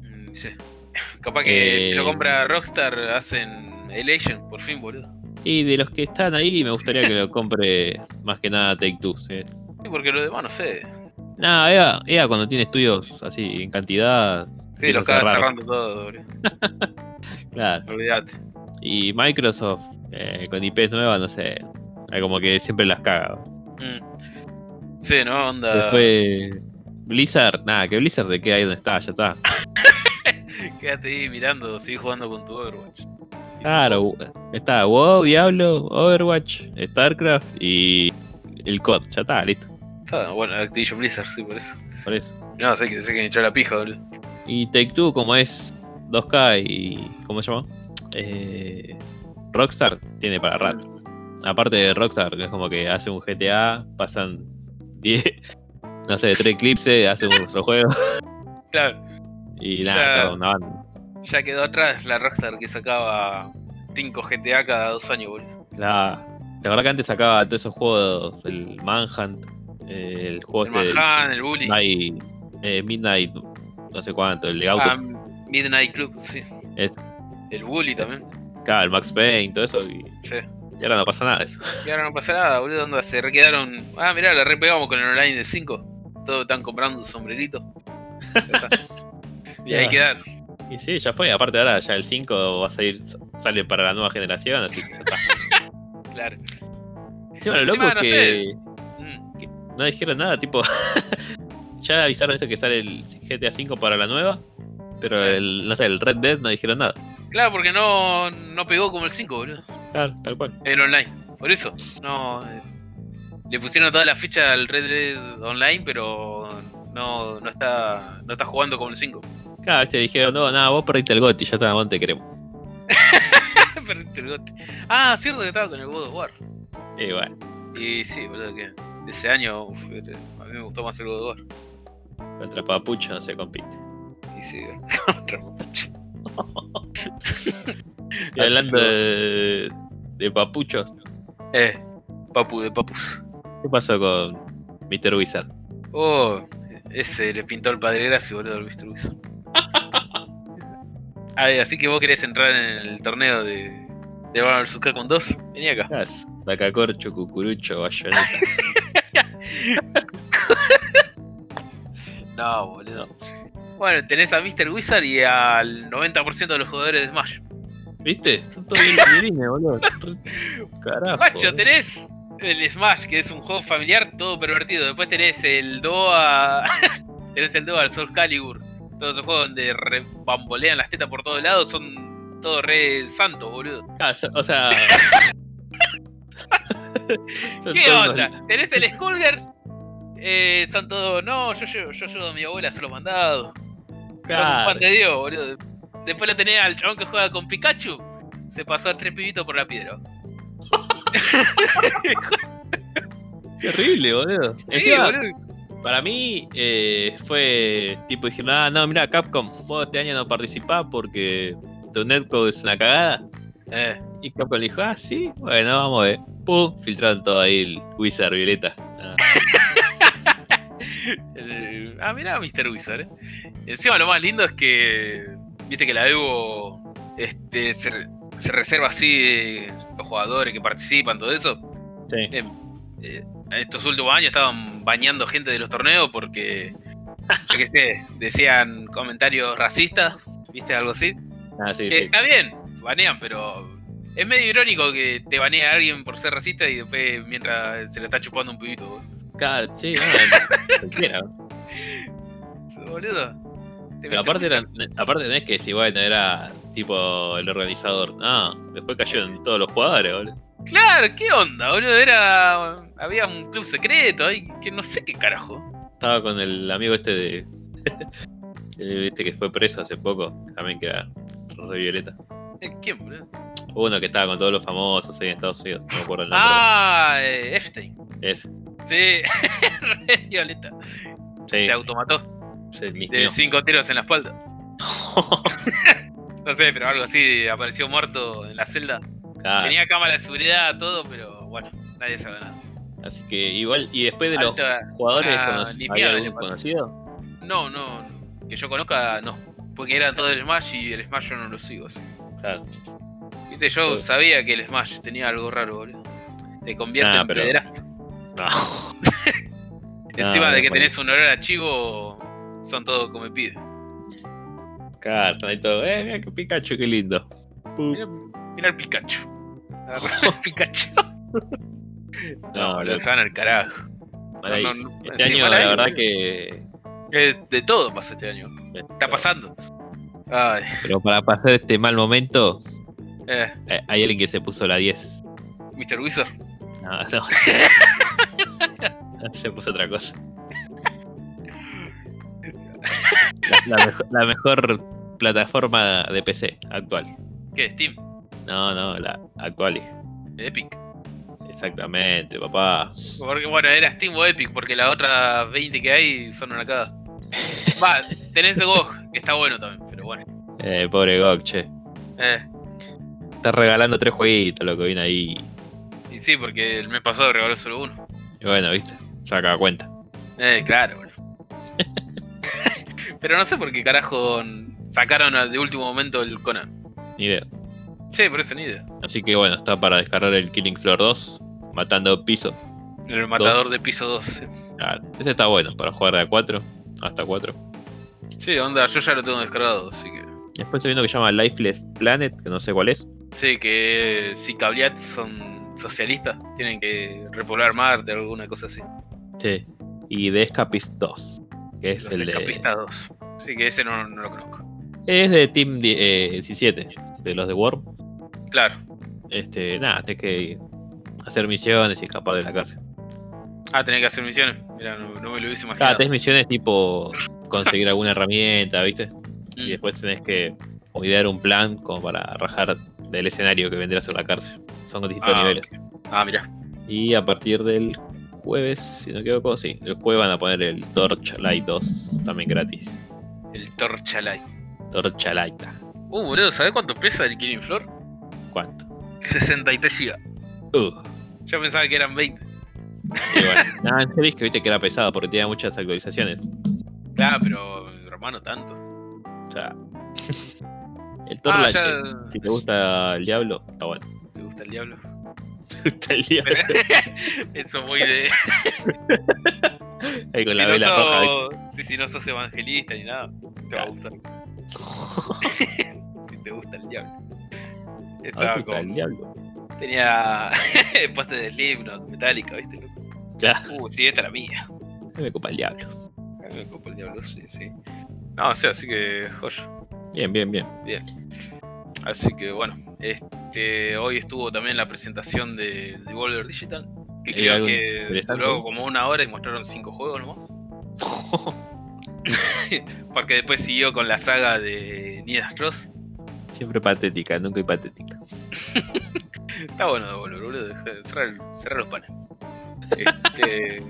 A: Mm, sí. Capaz que
B: Eh.
A: si lo compra Rockstar, hacen Elation, por fin, boludo.
B: Y de los que están ahí, me gustaría que lo compre más que nada Take Two. ¿sí?
A: Sí, porque los demás no sé.
B: Nada, EA, EA cuando tiene estudios así en cantidad,
A: Sí,
B: Eso
A: los acaban
B: cerraron.
A: cerrando todo, boludo.
B: claro.
A: Olvídate.
B: Y Microsoft eh, con IPs nuevas, no sé. eh, Como que siempre las caga.
A: Mm. Sí, no, onda.
B: Después, Blizzard, nada, que Blizzard se queda ahí donde está, ya está.
A: Quédate ahí mirando, seguí jugando con tu Overwatch.
B: Claro, está WoW, Diablo, Overwatch, StarCraft y el COD, ya está, listo.
A: Está, bueno, Activision Blizzard, sí, por eso.
B: Por eso.
A: No, sé que, sé que me echó la pija, boludo.
B: Y Take Two, como es 2K y. ¿Cómo se llama? Eh, Rockstar tiene para rato. Aparte de Rockstar, que es como que hace un GTA, pasan 10, no sé, 3 eclipses, hace un otro juego
A: Claro,
B: y nada,
A: Claro.
B: tarda una banda.
A: ya quedó atrás la Rockstar que sacaba 5 GTA cada dos años, boludo.
B: La, la verdad que antes sacaba todos esos juegos, el Manhunt, eh, el
A: El
B: juego este
A: Manhattan, el Bully,
B: del Midnight, eh, Midnight, no sé cuánto, el de
A: ah,
B: autos,
A: Midnight Club, sí.
B: Es-
A: El Bully también.
B: claro, el Max Payne, todo eso, y,
A: Ah. Sí.
B: y ahora no pasa nada de eso.
A: Y ahora no pasa nada, boludo. Onda, se re quedaron. Ah, mirá, la re pegamos con el online del 5. Todos están comprando un sombrerito. Ya está. y ahí
B: Claro.
A: quedaron.
B: Y sí, ya fue. Aparte ahora ya el 5 va a salir, sale para la nueva generación, así que ya está.
A: Claro.
B: Encima lo loco
A: Encima, no
B: que
A: Mm.
B: no dijeron nada, tipo... ya avisaron esto que sale el GTA 5 para la nueva, pero el, no sé, el Red Dead no dijeron nada.
A: Claro, porque no, no pegó como el 5, boludo.
B: Claro, tal cual.
A: El online. Por eso. No. eh, Le pusieron toda la ficha al Red Dead Online, pero no, no está. no está jugando como el 5.
B: Claro, te dijeron, no, nada, vos perdiste el GOTI, ya está, vos no te queremos.
A: Perdiste el gote. Ah, cierto que estaba con el God of War.
B: Y bueno,
A: Y sí, boludo, que ese año uf, era- a mí me gustó más el God of War.
B: contra Papucho no se compite.
A: Y sí, contra Mapuche.
B: Y hablando de, de Papuchos,
A: Eh, Papu de Papus.
B: ¿qué pasó con Mr. Wizard?
A: Oh, ese le pintó el padre Gracio, boludo, al Mr. Wilson. Ah, eh, así que vos querés entrar en el torneo de, de Batman vs. Capcom 2. Vení acá.
B: Ah, Sacacorcho, cucurucho, bayoneta.
A: No, boludo. Bueno, tenés a Mr. Wizard y al 90% de los jugadores de Smash.
B: ¿Viste? Son todos bien banderines, boludo. Carajo.
A: Guacho,
B: boludo.
A: tenés el Smash, que es un juego familiar todo pervertido. Después tenés el Doa. tenés el Doa, el Soul Calibur. Todos esos juegos donde re- bambolean las tetas por todos lados son todos re santos, boludo.
B: Ah, so- o sea. Son
A: ¿Qué
B: todos
A: onda? ¿Tenés el Skullgirls? Eh, son todos, no, yo, yo, yo ayudo a mi abuela a hacer los mandados. Son un
B: Claro.
A: pan de Dios, boludo. Después lo tenés al chabón que juega con Pikachu. Se pasó a tres pibitos por la piedra.
B: Terrible, boludo.
A: Sí,
B: Encima,
A: boludo.
B: para mí eh, fue tipo dijeron, ah, no, mira, Capcom, vos este año no participás porque tu netcode es una cagada.
A: Eh,
B: Y Capcom le dijo, ah, sí, bueno, vamos a ver. Pum, filtraron todo ahí el Wizard Violeta. Ah,
A: el- ah, mirá, Mr. Wizard. eh. Encima lo más lindo es que. Viste que la Evo este, se, re- se reserva así eh, los jugadores que participan, todo eso.
B: sí.
A: Eh, en estos últimos años estaban bañando gente de los torneos porque. Yo qué sé, decían comentarios racistas, ¿viste? Algo así.
B: Ah, sí,
A: Que
B: sí.
A: Está bien, banean, pero es medio irónico que te banee a alguien por ser racista y después mientras se le está chupando un pibito, boludo.
B: Claro, sí, no, cualquiera.
A: Boludo. Te metes-
B: Pero aparte, eran, aparte tenés que decir, bueno, era tipo el organizador. No, después cayeron todos los jugadores, boludo.
A: Claro, ¿qué onda, boludo? Era. Había un club secreto ahí que no sé qué carajo.
B: Estaba con el amigo este de. el este que fue preso hace poco, también que era re violeta.
A: Eh, ¿Quién, boludo?
B: Uno que estaba con todos los famosos ahí en Estados Unidos, no me acuerdo el nombre.
A: Ah, eh, Epstein.
B: Es,
A: Sí, re violeta.
B: sí,
A: Se automató
B: se
A: de
B: lismió.
A: cinco tiros en la espalda. No sé, pero algo así, apareció muerto en la celda.
B: Claro,
A: Tenía cámara de seguridad, todo, pero bueno, nadie sabe nada.
B: Así que igual, y después
A: Ah,
B: de los
A: Alta-
B: jugadores
A: una
B: conocidos,
A: limpiada
B: ¿había
A: le
B: algún
A: pasó.
B: conocido?
A: No, no, que yo conozca, no. Porque era todo el Smash y el Smash yo no lo sigo. así.
B: Claro.
A: Viste, yo
B: Sí.
A: sabía que el Smash tenía algo raro, boludo. Te convierte
B: Nah,
A: en
B: Ah, pero-
A: pederasta.
B: No.
A: Encima de que
B: bueno.
A: tenés un olor a chivo, son todos como pibes.
B: Claro, están ahí todo. Eh, mira qué Pikachu, qué lindo. Pum.
A: Mirá, mirá el Pikachu. Agarrá el Pikachu.
B: No,
A: No,
B: boludo.
A: lo se van al carajo.
B: Mal ahí.
A: No, no, no,
B: este
A: sí,
B: año,
A: mal
B: la
A: ahí,
B: verdad
A: boludo.
B: que. eh,
A: Eh, de todo pasa este año. Está pasando. Ay,
B: Pero para pasar este mal momento,
A: eh,
B: eh, hay alguien que se puso la 10.
A: Mr. Wizard.
B: No, no. se puso otra cosa. La, la mejo- la mejor plataforma de PC actual.
A: ¿Qué? Steam.
B: No, no, la actual. hija.
A: Epic.
B: Exactamente, papá.
A: Porque, bueno, era Steam o Epic, porque las otras 20 que hay son una cagada. Va, tenés el GOG, que está bueno también, pero bueno.
B: Eh, pobre Gok, che.
A: Eh,
B: Estás regalando tres jueguitos, loco, viene ahí.
A: y sí, porque el mes pasado regaló solo uno.
B: Y bueno, viste, saca cuenta.
A: Eh, claro, bueno. pero no sé por qué carajo sacaron al de último momento el Conan.
B: Ni idea.
A: Che, por eso ni idea.
B: Así que bueno, está para descargar el Killing Floor 2, matando piso.
A: El matador de piso 2. eh.
B: Ah, ese está bueno para jugar de a 4, hasta 4.
A: Sí, onda, yo ya lo tengo descargado, así que.
B: Después hay uno que se llama Lifeless Planet, que no sé cuál es.
A: Sé que si Cableat son socialistas, tienen que repoblar Marte o alguna cosa así.
B: Sí. Y The Escapist 2, que es
A: Los
B: el de.
A: escapistas 2. Así que ese no, no lo conozco.
B: Es de Team die- eh, 17, de los de Worm.
A: Claro.
B: Este, nada, tenés que hacer misiones y escapar de la cárcel.
A: Ah, tenés que hacer misiones. Mira, no, no me lo hubiese
B: Cada
A: imaginado.
B: tenés misiones tipo conseguir alguna herramienta, ¿viste?
A: Mm.
B: Y después tenés que idear un plan como para rajar del escenario que vendrá a ser la cárcel. Son distintos
A: Ah,
B: niveles.
A: Ah, mira.
B: Y a partir del jueves, si no me equivoco, sí, el jueves van a poner el Torchlight 2 también gratis.
A: El Torcha Light.
B: Torchlight,
A: Uh, boludo, ¿sabés cuánto pesa el Killing Floor?
B: ¿cuánto?
A: 63 GB.
B: Uh,
A: Yo pensaba que eran 20.
B: y bueno, nada, yo dije que viste que era pesado porque tenía muchas actualizaciones.
A: Claro, pero hermano, tanto.
B: O sea, el
A: Ah,
B: Torchlight, eh,
A: ya.
B: si te gusta el diablo, está bueno.
A: ¿Te gusta el diablo?
B: Te gusta el diablo.
A: Pero- Eso muy de.
B: Ahí con
A: si
B: la
A: no
B: vela
A: sos-
B: roja,
A: sí,
B: ¿viste?
A: si no sos evangelista ni nada, te va a
B: Claro.
A: gustar. si te gusta el diablo.
B: Ahora
A: Estaba
B: tú estás
A: con-
B: el diablo.
A: Tenía poste de Slipknot, Metallica, ¿viste? loco?
B: Claro,
A: Uh, sí, esta es la mía.
B: me copa el diablo.
A: A mí me copa el diablo, sí, sí. No, o sea, así que, joya.
B: Bien, bien, bien.
A: Así que, bueno, este, hoy estuvo también la presentación de Devolver Digital. Que
B: ¿Hay
A: creo
B: Eh, algo
A: que
B: interesante?
A: duró como una hora y mostraron cinco juegos nomás. Porque después siguió con la saga de Nidas Cross.
B: Siempre patética, nunca hipatética.
A: Está bueno de volver, boludo. dejá- Cerrar, el- cerrar los panes. Este,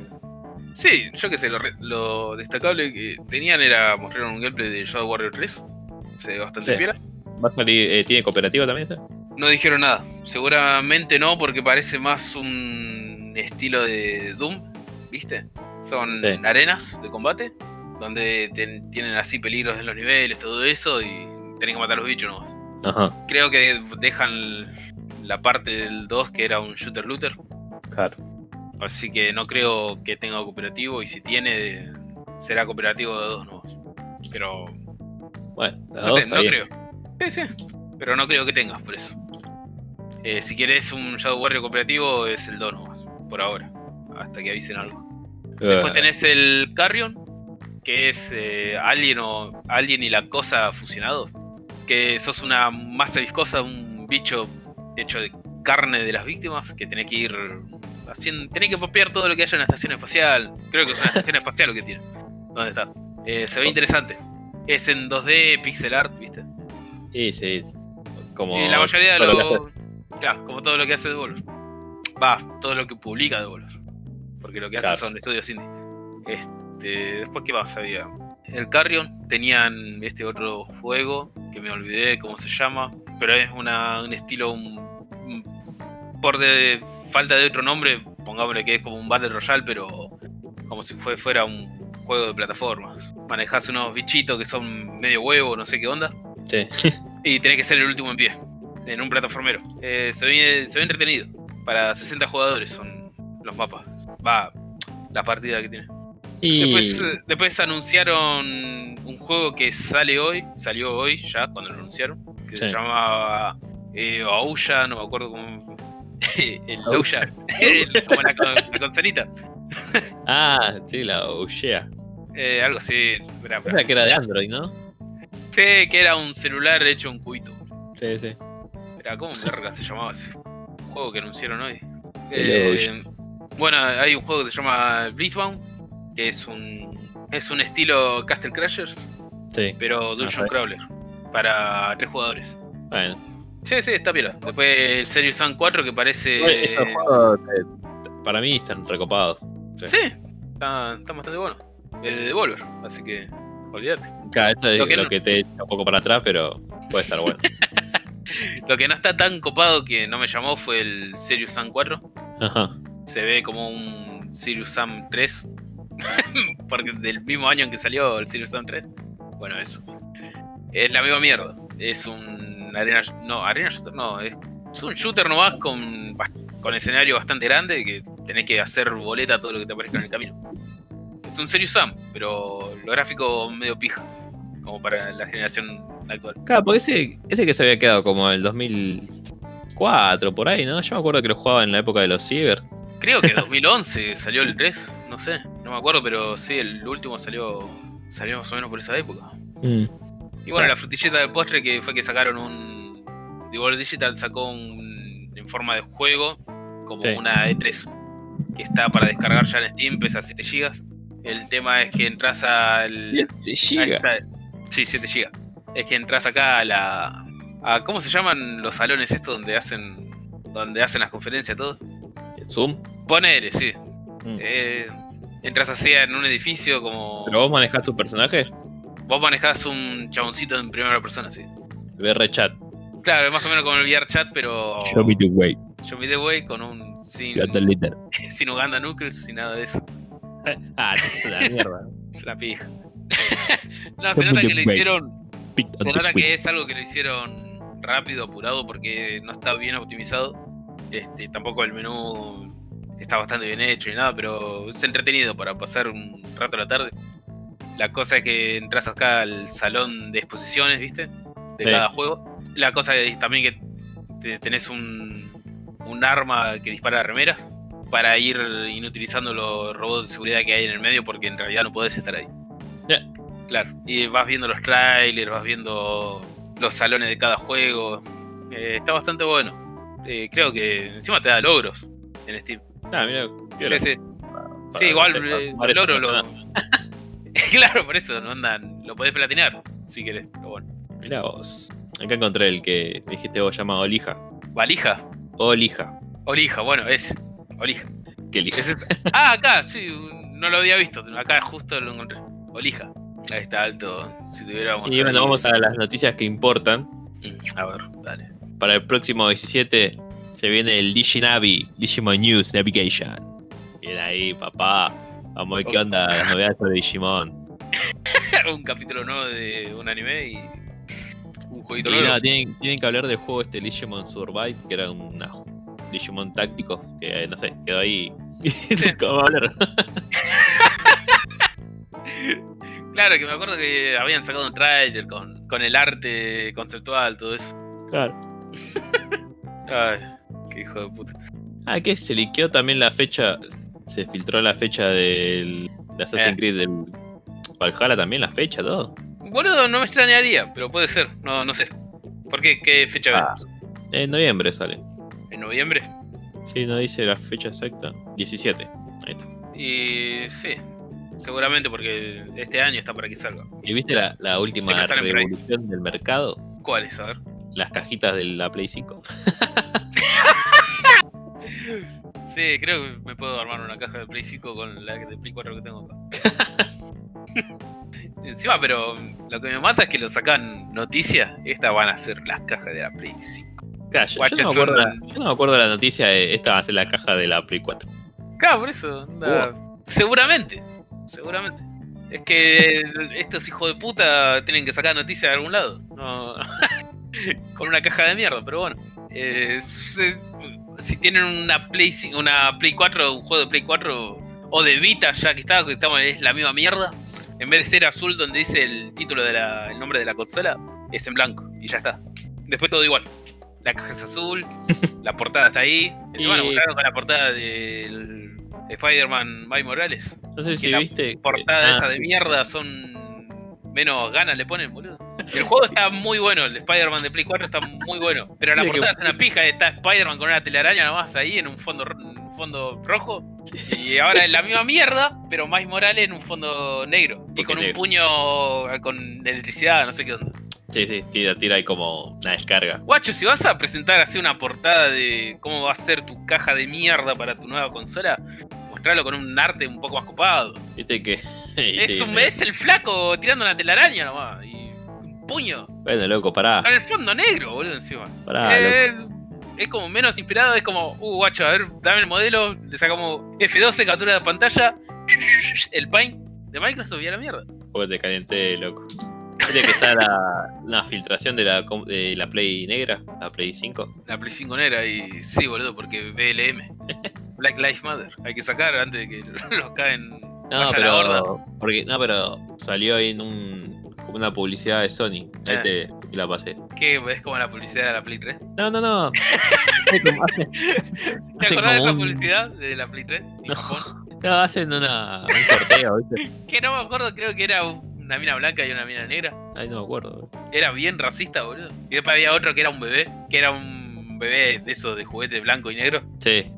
A: sí, yo qué sé, lo, re- lo destacable que tenían era mostrar un gameplay de Shadow Warrior 3. Se ve bastante
B: Sí.
A: piola.
B: ¿Va a salir, eh, ¿Tiene cooperativa también esta?
A: No dijeron nada. Seguramente no, porque parece más un estilo de Doom, ¿viste? Son
B: Sí.
A: arenas de combate, donde ten- tienen así peligros en los niveles, todo eso, y tienen que matar a los bichos nomás.
B: Ajá,
A: Creo que dejan la parte del 2 que era un shooter-looter.
B: claro.
A: Así que no creo que tenga cooperativo y si tiene, será cooperativo de dos nuevos. Pero
B: Bueno, las
A: no,
B: dos
A: sé,
B: está
A: no
B: bien.
A: creo. Sí, sí. Pero no creo que tengas por eso. Eh, si quieres un Shadow Warrior cooperativo es el 2 nomás, por ahora. Hasta que avisen algo. Después
B: Eh,
A: tenés el Carrion, que es eh, Alien o Alien y la cosa fusionados. Que sos una masa viscosa, un bicho hecho de carne de las víctimas, que tenés que ir haciendo, tenés que papear todo lo que haya en la estación espacial. Creo que es una estación espacial lo que tiene. ¿Dónde está? Eh, se ve interesante. Es en 2D, pixel art, ¿viste?
B: Sí, sí. Como
A: Y Eh, la mayoría de
B: todo lo que
A: los. claro, como todo lo que hace Devolver. Va, todo lo que publica Devolver. Porque lo que hace
B: Claro.
A: son estudios indie. Este, después, ¿qué más había? El Carrion tenían este otro juego que me olvidé cómo se llama, pero es una, un estilo. Un, un- por de, falta de otro nombre, pongámosle que es como un Battle Royale, pero como si fue, fuera un juego de plataformas. Manejás unos bichitos que son medio huevo, no sé qué onda.
B: Sí.
A: Y tenés que ser el último en pie, en un plataformero. Eh, se, ve, se ve entretenido. Para 60 jugadores son los mapas. Va, la partida que tiene.
B: Y...
A: Después, eh, después anunciaron un juego que sale hoy, salió hoy ya cuando lo anunciaron, que se
B: Sí.
A: llamaba eh, Auya, no me acuerdo cómo. el Auya, como la, con- la consolita.
B: Ah, sí, la Ushea.
A: Eh, algo así. Esperá,
B: Es
A: esperá.
B: la que era de Android, ¿no?
A: Sé que era un celular hecho un cubito.
B: Sí, sí.
A: Era como verga se llamaba ese juego que anunciaron hoy.
B: El
A: Eh,
B: Evolution.
A: bueno, hay un juego que se llama Blitzbound, que es un es un estilo Castle Crashers,
B: Sí,
A: pero Dungeon
B: Ajá.
A: Crawler para tres jugadores.
B: bueno.
A: Sí, sí, está piola. Después el Serious Sam 4 que
B: Bueno,
A: parece
B: estos juegos, eh, para mí están recopados.
A: Sí, está, está bastante bueno. El de Devolver, así que olvídate.
B: Claro, eso es
A: Lo
B: lo
A: que
B: que,
A: no-
B: te echa un poco para atrás, pero puede estar bueno.
A: Lo que no está tan copado que no me llamó fue el Serious Sam 4.
B: Ajá.
A: se ve como un Sirius Sam 3. Porque del mismo año en que salió el Sirius Sam 3. Bueno, eso. Es la misma mierda. Es un arena. No, arena shooter no. Es, es un shooter nomás con, bas- con escenario bastante grande que tenés que hacer boleta todo lo que te aparezca en el camino. Es un Sirius Sam, pero lo gráfico medio pija. Como para la generación actual.
B: Claro, porque ese, ese que se había quedado como el 2004, por ahí, ¿no? Yo me acuerdo que lo jugaba en la época de los ciber.
A: Creo que 2011 salió el 3. No sé, no me acuerdo, pero sí, el último salió, salió más o menos por esa época. Y bueno, la frutilleta del postre que fue que sacaron un. Devolver Digital sacó un. en forma de juego, como
B: Sí.
A: una E3, que está para descargar ya en Steam, pesa 7 GB. El tema es que entras al. a
B: Llega.
A: esta- sí, 7 GB. Es que entras acá a la. A, ¿Cómo se llaman los salones estos donde hacen. donde hacen las conferencias todo?
B: Zoom.
A: Ponele, sí.
B: Mm.
A: Eh, entras así en un edificio como.
B: Pero vos manejás tu personaje,
A: Vos manejás un chaboncito en primera persona, sí.
B: VR chat.
A: Claro, es más o menos como el VR chat, pero.
B: the way,
A: Show me the way con un. Sin,
B: leader.
A: sin Uganda Knuckles, sin nada de eso.
B: Ah, es la mierda.
A: Es una pija. no,
B: Show
A: se
B: me
A: nota
B: the
A: que lo
B: way.
A: hicieron. Se nota que es algo que lo hicieron rápido, apurado, porque no está bien optimizado. Este, tampoco el menú está bastante bien hecho y nada, pero es entretenido para pasar un rato la tarde. La cosa es que entras acá al salón de exposiciones, ¿viste? De
B: Sí.
A: cada juego. La cosa es también que te- tenés un, un arma que dispara remeras para ir inutilizando los robots de seguridad que hay en el medio porque en realidad no podés estar ahí.
B: Ya.
A: Claro, y vas viendo los trailers, vas viendo los salones de cada juego. Eh, está bastante bueno. Eh, creo que encima te da logros en Steam.
B: Ah, mira,
A: Sí,
B: qué hora.
A: sí.
B: Para
A: sí, igual
B: hacer-
A: eh,
B: para
A: el oro lo.
B: personas.
A: claro, por eso, no andan, lo podés platinar si querés. Pero bueno.
B: Mirá vos. Acá encontré el que me dijiste vos llamado Olija.
A: Valija,
B: Olija.
A: olija, bueno, es. Olija.
B: ¿Qué lija?
A: Es esta. ah, acá, sí, no lo había visto. Acá justo lo encontré. Olija. Ahí está alto. Si tuviéramos.
B: Y bueno, vamos a las noticias que importan.
A: Mm, A ver, dale.
B: Para el próximo 17 se viene el Diginavi, Digimon News Navigation. Bien ahí, papá. Vamos a
A: Oh.
B: ver qué onda las novedades sobre Digimon.
A: un capítulo nuevo de un anime y. Un
B: Y
A: jueguito nuevo.
B: nada, tienen, tienen que hablar del juego este Digimon Survive, que era un Digimon táctico, que eh, no sé, quedó ahí. y Nunca va a hablar.
A: Claro, que me acuerdo que habían sacado un trailer con, con el arte conceptual, todo eso.
B: Claro.
A: Ay, qué hijo de puta.
B: Ah, que se liqueó también la fecha. Se filtró la fecha del de Assassin's
A: Eh.
B: Creed del Valhalla también, la fecha, todo.
A: Boludo, no me extrañaría, pero puede ser, no, no sé. ¿Por qué? ¿Qué fecha
B: Ah.
A: ven?
B: En noviembre sale.
A: ¿En noviembre?
B: Sí, no dice la fecha exacta. 17. Ahí está.
A: Y sí, seguramente porque este año está para que salga.
B: ¿Y viste la, la
A: Sí,
B: última
A: que salen por ahí.
B: revolución del mercado?
A: ¿Cuál es? A ver.
B: Las cajitas de la Play 5.
A: Sí, creo que me puedo armar una caja de Play 5 con la de Play 4 que tengo acá. Encima, pero lo que me mata es que lo sacan noticias. Estas van a ser las cajas de la Play 5.
B: Claro, yo, yo
A: Guacho,
B: no me
A: es
B: acuerdo,
A: una-
B: yo no me acuerdo la noticia de esta va a ser la caja de la Play 4.
A: Claro, por eso. anda. Seguramente, seguramente. Es que estos hijos de puta tienen que sacar noticias de algún lado. No, con una caja de mierda, pero bueno. Eh, se- si tienen una Play, cin- una Play 4, un juego de Play 4 o de Vita, ya que está, que estamos, es la misma mierda. En vez de ser azul donde dice el título de la- el nombre de la consola, es en blanco y ya está. Después todo igual. La caja es azul, la portada está ahí. Encima
B: Y-
A: nos mostraron con la portada del Spider-Man Miles Morales.
B: No sé si
A: la
B: viste.
A: Portada
B: ah,
A: esa de mierda son menos ganas le ponen, boludo. El juego está muy bueno, el Spider-Man de Play 4 está muy bueno, pero la
B: Mira que-
A: portada es una pija, está Spider-Man con una telaraña nomás ahí en un fondo ro- en un fondo rojo y ahora es la misma mierda, pero Miles Morales en un fondo negro y
B: Porque
A: con un
B: negro.
A: puño eh, con electricidad, no sé qué onda.
B: Sí, sí, tira, tira ahí como una descarga.
A: Guacho, si vas a presentar así una portada de cómo va a ser tu caja de mierda para tu nueva consola, mostrarlo con un arte un poco más copado.
B: Viste que. y
A: es,
B: sí,
A: un,
B: me-
A: es el flaco tirando una telaraña nomás y un puño.
B: Bueno, loco, pará.
A: Con el fondo negro, boludo, encima.
B: Pará, Ah, loco.
A: Eh, es como menos inspirado, es como, uh, guacho, a ver, dame el modelo, le sacamos F12, captura de pantalla, el paint de Microsoft y a la mierda.
B: Porque te calenté, loco. Viste que está la, la filtración de la, com- de la Play negra, la Play 5.
A: La Play 5 negra y sí, boludo, porque BLM. Black Lives Matter. Hay que sacar antes de que los caen.
B: No,
A: vaya la horda.
B: pero. Porque, no, pero salió ahí en un, como una publicidad de Sony. Ahí
A: Ah.
B: te y la pasé.
A: Que es como la publicidad de la Play 3.
B: Eh. No, no, no. Hace como- hace-
A: ¿Te
B: hacen
A: acordás de
B: como
A: esa
B: un-
A: publicidad de la Play 3? en
B: No.
A: Japón?
B: no, hacen una, un sorteo, ¿viste?
A: Que no me acuerdo, creo que era una mina blanca y una mina negra.
B: Ay, no me acuerdo.
A: Era bien racista, boludo. Y después había otro que era un bebé. Que era un bebé de esos de juguete blanco y negro.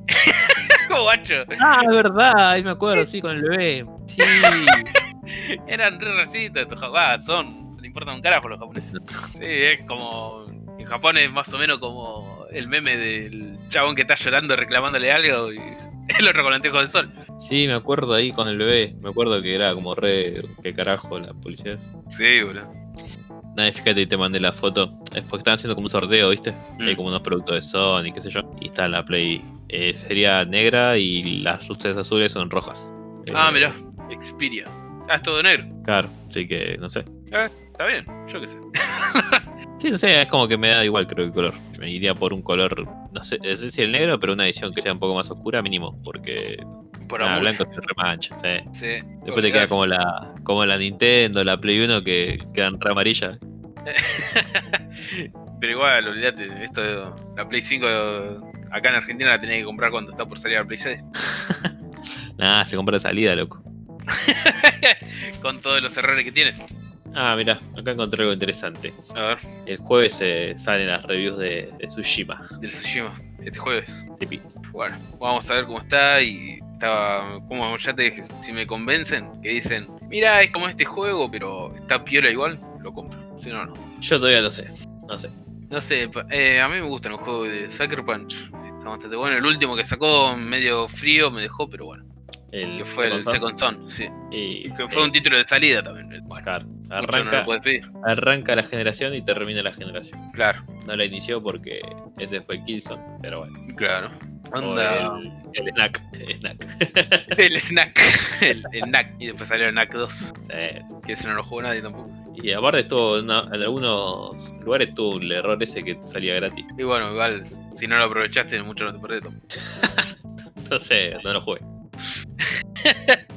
A: Oh,
B: Sí.
A: Guacho.
B: Ah, es verdad, ahí me acuerdo, sí, con el bebé. Sí.
A: Eran re racistas estos japoneses, Ah, son, le importan un carajo los japoneses. Sí, es como, en Japón es más o menos como el meme del chabón que está llorando reclamándole algo y el otro con el anteojos del sol.
B: Sí, me acuerdo ahí con el bebé. Me acuerdo que era como re. ¿Qué carajo la publicidad?
A: Sí, boludo.
B: Nada, fíjate que te mandé la foto. Es porque están haciendo como un sorteo, ¿viste?
A: Mm.
B: Hay como unos productos de Sony, qué sé yo. Y está la Play. eh, sería negra y las luces azules son rojas.
A: Ah,
B: Eh,
A: mirá, Xperia. Ah, es todo negro.
B: Claro, así que no sé.
A: Está bien, yo qué sé.
B: Sí, no sé, es como que me da igual, creo, el color. Me iría por un color, no sé, no sé si el negro, pero una edición que sea un poco más oscura, mínimo, porque
A: Por
B: nada,
A: amor.
B: blanco se remancha, sí.
A: Sí.
B: Después te queda como la, como la Nintendo, la Play 1 que quedan re amarillas.
A: Pero igual, olvídate, esto la Play 5 acá en Argentina la tenés que comprar cuando está por salir la Play 6.
B: Nah, se compra de salida, loco.
A: Con todos los errores que tiene.
B: Ah, mirá, acá encontré algo interesante.
A: A ver,
B: El jueves eh, salen las reviews de, de Tsushima.
A: del Tsushima, este jueves.
B: Sí, pi.
A: Bueno, vamos a ver cómo está y está, como ya te dije, si me convencen, que dicen, mira, es como este juego, pero está piola igual, lo compro. Si no, no.
B: Yo todavía no sé. No sé.
A: No sé, pa- eh, a mí me gustan los juegos de Sucker Punch. Está bastante bueno. El último que sacó, medio frío, me dejó, pero bueno.
B: El
A: Que fue el Second Son, sí.
B: Y,
A: Que fue
B: sí,
A: un título de salida también. Bueno,
B: claro.
A: mucho no
B: arranca,
A: lo puedes pedir.
B: arranca la generación y termina la generación.
A: Claro,
B: No la inició porque ese fue Kilson, pero bueno.
A: claro.
B: O
A: Anda.
B: El, el snack. snack.
A: El, snack. El, el knack. Y después salió el knack 2.
B: Eh,
A: Que ese no lo jugó nadie tampoco.
B: y aparte estuvo en, en algunos lugares tuvo el error ese que salía gratis.
A: Y bueno, igual, si no lo aprovechaste, mucho no te perdés tampoco.
B: No sé, no lo jugué.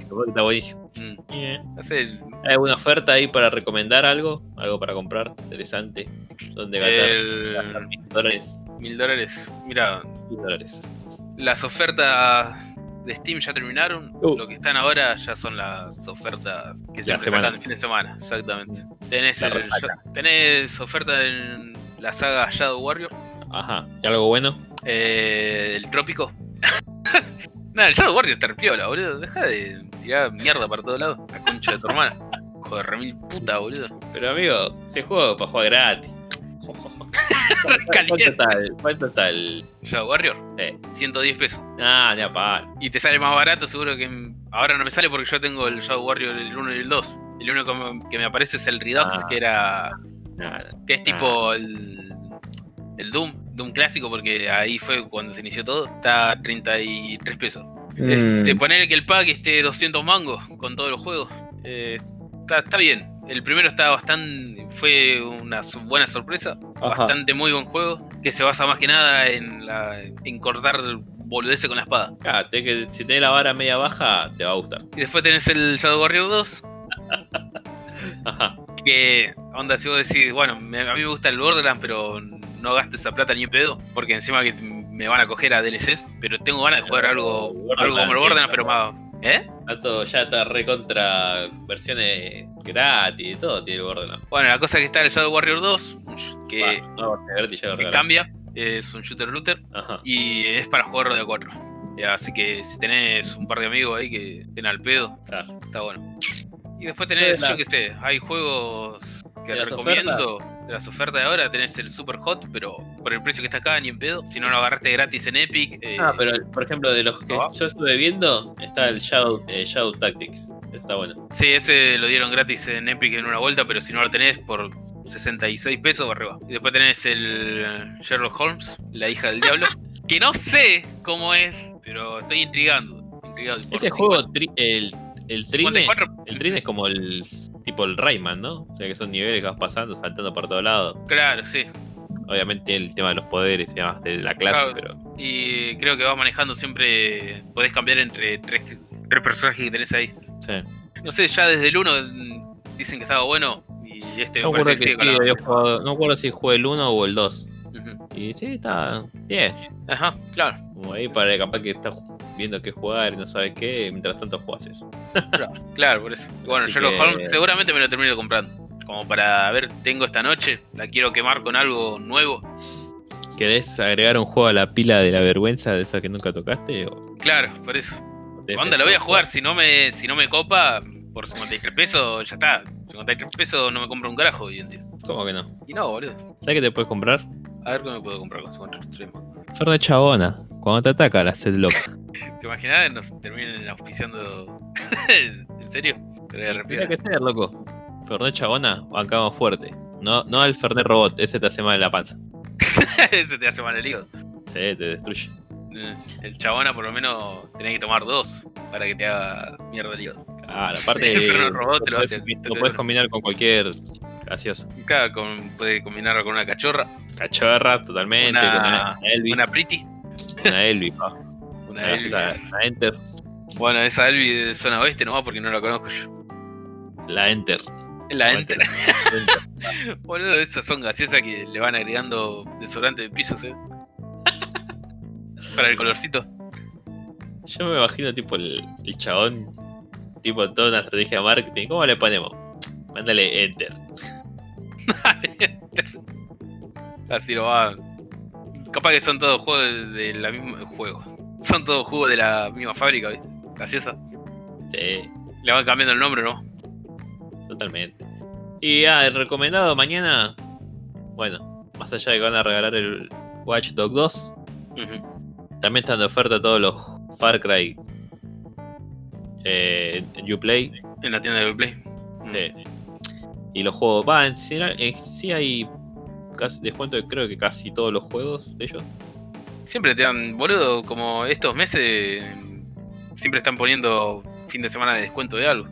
B: Supongo que está buenísimo.
A: Mm.
B: Eh,
A: No sé, el,
B: ¿Hay alguna oferta ahí para recomendar algo? ¿Algo para comprar? Interesante. ¿Dónde gastar? gastar
A: el-
B: mil dólares?
A: mil dólares. Mira,
B: Mil dólares.
A: las ofertas de Steam ya terminaron.
B: Uh.
A: Lo que están ahora ya son las ofertas que se
B: La semana.
A: sacan el fin de semana. Exactamente. Tenés,
B: La
A: el-
B: resaca.
A: tenés oferta de la saga Shadow Warrior,
B: Ajá. ¿Y algo bueno?
A: eh, el Trópico. Nada, el Shadow Warrior está piola, boludo. Deja de tirar mierda para todos lados. La concha de tu hermana. Joder, remil puta, boludo.
B: Pero amigo, se juega para jugar gratis. ¿Cuánto
A: Caliente.
B: está el? ¿Cuánto está el?
A: Shadow Warrior,
B: Eh,
A: 110 pesos.
B: ah, ni a palo.
A: Y te sale más barato, seguro que en- ahora no me sale porque yo tengo el Shadow Warrior el 1 y el 2. El único que me- que me aparece es el Redux,
B: Ah.
A: que era.
B: Nada.
A: que es tipo el, el Doom, Doom clásico, porque ahí fue cuando se inició todo. Está a 33 pesos. Este, ponerle que el pack esté 200 mangos con todos los juegos. Eh, está, está bien. El primero está bastante. fue una su- buena sorpresa
B: pues,
A: bastante muy buen juego, que se basa más que nada en, la, en cortar boludeces con la espada.
B: Ah, tenés que, si tenés la vara media baja, te va a gustar.
A: Y después tenés el Shadow Warrior 2,
B: Ajá.
A: que onda si vos decís, bueno, me- a mí me gusta el Borderlands, pero no gasto esa plata ni en pedo, porque encima que me van a coger a DLC, pero tengo ganas de jugar algo, algo como el Borderlands, pero más... ¿Eh?
B: Tanto ya está recontra versiones gratis, y todo tiene el Borderlands.
A: Bueno, la cosa es que está el Shadow Warrior 2, que,
B: Bah, no, porque gratis ya lo
A: que
B: regalás.
A: cambia, es un shooter looter,
B: Ajá.
A: y es para jugarlo de a 4. Así que si tenés un par de amigos ahí que estén al pedo,
B: Claro.
A: está bueno. Y después tenés,
B: Sí, la-
A: yo qué sé, hay juegos que
B: ¿De las
A: recomiendo. De las ofertas de ahora tenés el Super Hot, pero por el precio que está acá, ni en pedo. Si no lo agarraste gratis en Epic, eh,
B: Ah, pero por ejemplo, de los que
A: Ah.
B: yo estuve viendo, está el Shadow, eh, Shadow Tactics. Está bueno.
A: sí, ese lo dieron gratis en Epic en una vuelta, pero si no lo tenés por 66 pesos o arriba. Y después tenés el eh, Sherlock Holmes, la hija del diablo, que no sé cómo es, pero estoy intrigando. intrigado. Por
B: Ese juego, tri- el, el Trine.
A: 54,
B: El Trine es como el tipo el Rayman, ¿no? O sea que son niveles que vas pasando, saltando por todos lados.
A: Claro, sí.
B: Obviamente tiene el tema de los poderes y demás de la clase,
A: Claro.
B: pero
A: Y creo que vas manejando siempre. Podés cambiar entre tres, tres personajes que tenés ahí.
B: sí.
A: No sé, ya desde el 1 dicen que estaba bueno. Y este
B: Yo
A: me parece
B: acuerdo
A: que
B: que
A: sigue
B: sí, eh.
A: con la-
B: había jugado- no acuerdo si jugué el 1 o el 2.
A: Ujú.
B: Y sí, está bien.
A: Ajá, claro.
B: Como ahí para capaz que estás viendo qué jugar y no sabes qué, y mientras tanto jugás eso.
A: Claro, por eso. Y Bueno,
B: Así
A: Sherlock
B: que-
A: Holmes seguramente me lo termino comprando. Como para a ver, tengo esta noche, la quiero quemar con algo nuevo.
B: ¿Querés agregar un juego a la pila de la vergüenza de esa que nunca tocaste? O
A: Claro, por eso.
B: te
A: Onda, lo voy a
B: pensás-
A: jugar. Si no me, si no me copa, por 53 pesos, ya está. 53 pesos no me compro un carajo hoy en día.
B: ¿Cómo que no?
A: Y no, boludo.
B: ¿Sabes qué te puedes comprar?
A: A ver qué me puedo comprar con 53 mangos.
B: Ferna Chabona. Cuando te ataca la sed loca.
A: ¿Te imaginas? Nos terminen auspiciando. ¿En serio? Te voy a
B: Tiene que
A: arrepentir.
B: ser, loco. Fernet Chabona, bancamos fuerte. No, no al Fernet Robot, ese te hace mal en la panza.
A: Se te hace mal el hígado.
B: Se te destruye.
A: Eh, El chabona, por lo menos, tenés que tomar dos para que te haga mierda el hígado.
B: Ah, aparte.
A: El Fernet Robot te lo
B: puedes-
A: hace, te
B: Lo
A: lo
B: puedes
A: hace.
B: combinar con cualquier gaseoso.
A: Cada con, puede combinarlo con una cachorra,
B: Cachorra, totalmente.
A: Una-
B: con una Elvis.
A: una pretty,
B: Una, Elvis, pa.
A: una
B: Una,
A: Elvis.
B: Ah, esa- una Enter.
A: Bueno, esa Elvis de zona oeste nomás porque no la conozco yo.
B: La Enter.
A: La Enter.
B: Enter.
A: Boludo, esas son gaseosas que le van agregando desodorante de pisos, eh. Para el colorcito.
B: Yo me imagino, tipo, el, el chabón, tipo, toda una estrategia de marketing. ¿Cómo le ponemos? Mándale enter.
A: Así lo va. Capaz que son todos juegos de, de la misma juego. Son todos jugos de la misma fábrica, ¿viste? Gaseosa.
B: Sí,
A: Le van cambiando el nombre, ¿no?
B: totalmente. Y ah, el recomendado mañana. Bueno, más allá de que van a regalar el Watch Dog 2,
A: Ujú.
B: también están de oferta todos los Far Cry. Eh, Uplay.
A: En la tienda de Play. Mm.
B: Sí. Y los juegos. Va, en general, eh, sí hay casi descuento de creo que casi todos los juegos de ellos.
A: Siempre te dan, boludo, como estos meses. Siempre están poniendo fin de semana de descuento de algo.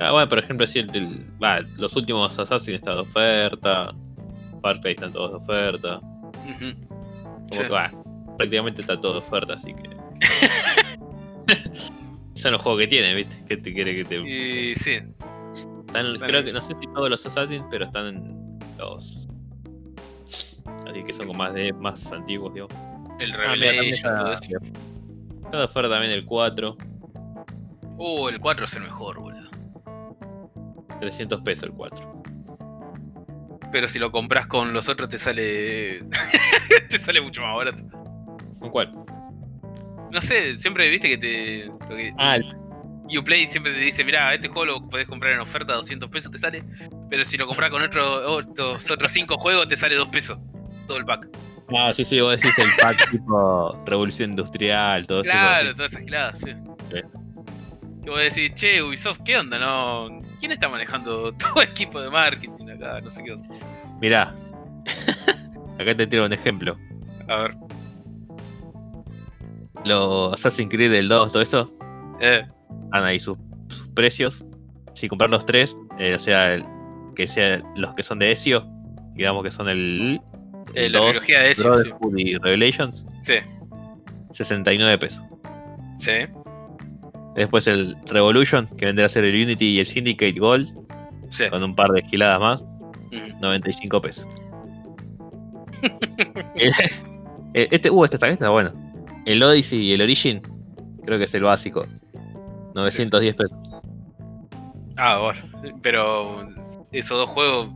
B: Ah, bueno, por ejemplo, sí, el, del- va, los últimos Assassin están de oferta. Far Cry están todos de oferta.
A: Ujú.
B: Como
A: Sí.
B: que, va, prácticamente está todo de oferta, así que. Son los juegos que tienen, ¿viste? ¿Qué te quiere que te.?
A: Y sí,
B: Están,
A: Está
B: creo
A: bien.
B: que no sé si todos los Assassin, pero están los. Así que son como más de más antiguos, digo.
A: el
B: Ah, mira, también
A: Revelation, todo eso.
B: Está de oferta también el 4,
A: Uh, el 4 es el mejor, boludo.
B: 300 pesos el 4.
A: Pero si lo compras con los otros te sale. te sale mucho más barato.
B: ¿Con cuál?
A: No sé, siempre viste que te. lo que-
B: Ah, el-
A: Uplay siempre te dice, mirá, este juego lo podés comprar en oferta, 200 pesos te sale. Pero si lo compras con otro, otros otros 5 juegos te sale 2 pesos. Todo el pack.
B: ah, sí, sí, vos decís el pack tipo Revolución Industrial, todo
A: Claro,
B: eso.
A: todas esas giladas, sí.
B: Sí.
A: Que vos decís, che, Ubisoft, ¿qué onda? No, ¿quién está manejando todo el equipo de marketing acá? No sé qué onda.
B: Mirá, acá te tiro un ejemplo.
A: A ver.
B: Los Assassin's Creed del 2, todo eso,
A: Eh,
B: dan ahí sus, sus precios. Si comprar los tres, eh, o sea, el- que sean los que son de Ezio, digamos que son el,
A: eh, la
B: dos,
A: trilogía de eso, sí.
B: Brotherhood y Revelations,
A: Sí.
B: 69 pesos.
A: Sí.
B: Después el Revolution, que vendrá a ser el Unity y el Syndicate Gold,
A: sí.
B: con un par de giladas más,
A: Ujú.
B: 95 pesos. El- el- este, uh, este también está bueno. El Odyssey y el Origin, creo que es el básico. 910 pesos.
A: Ah, bueno. Pero esos dos juegos,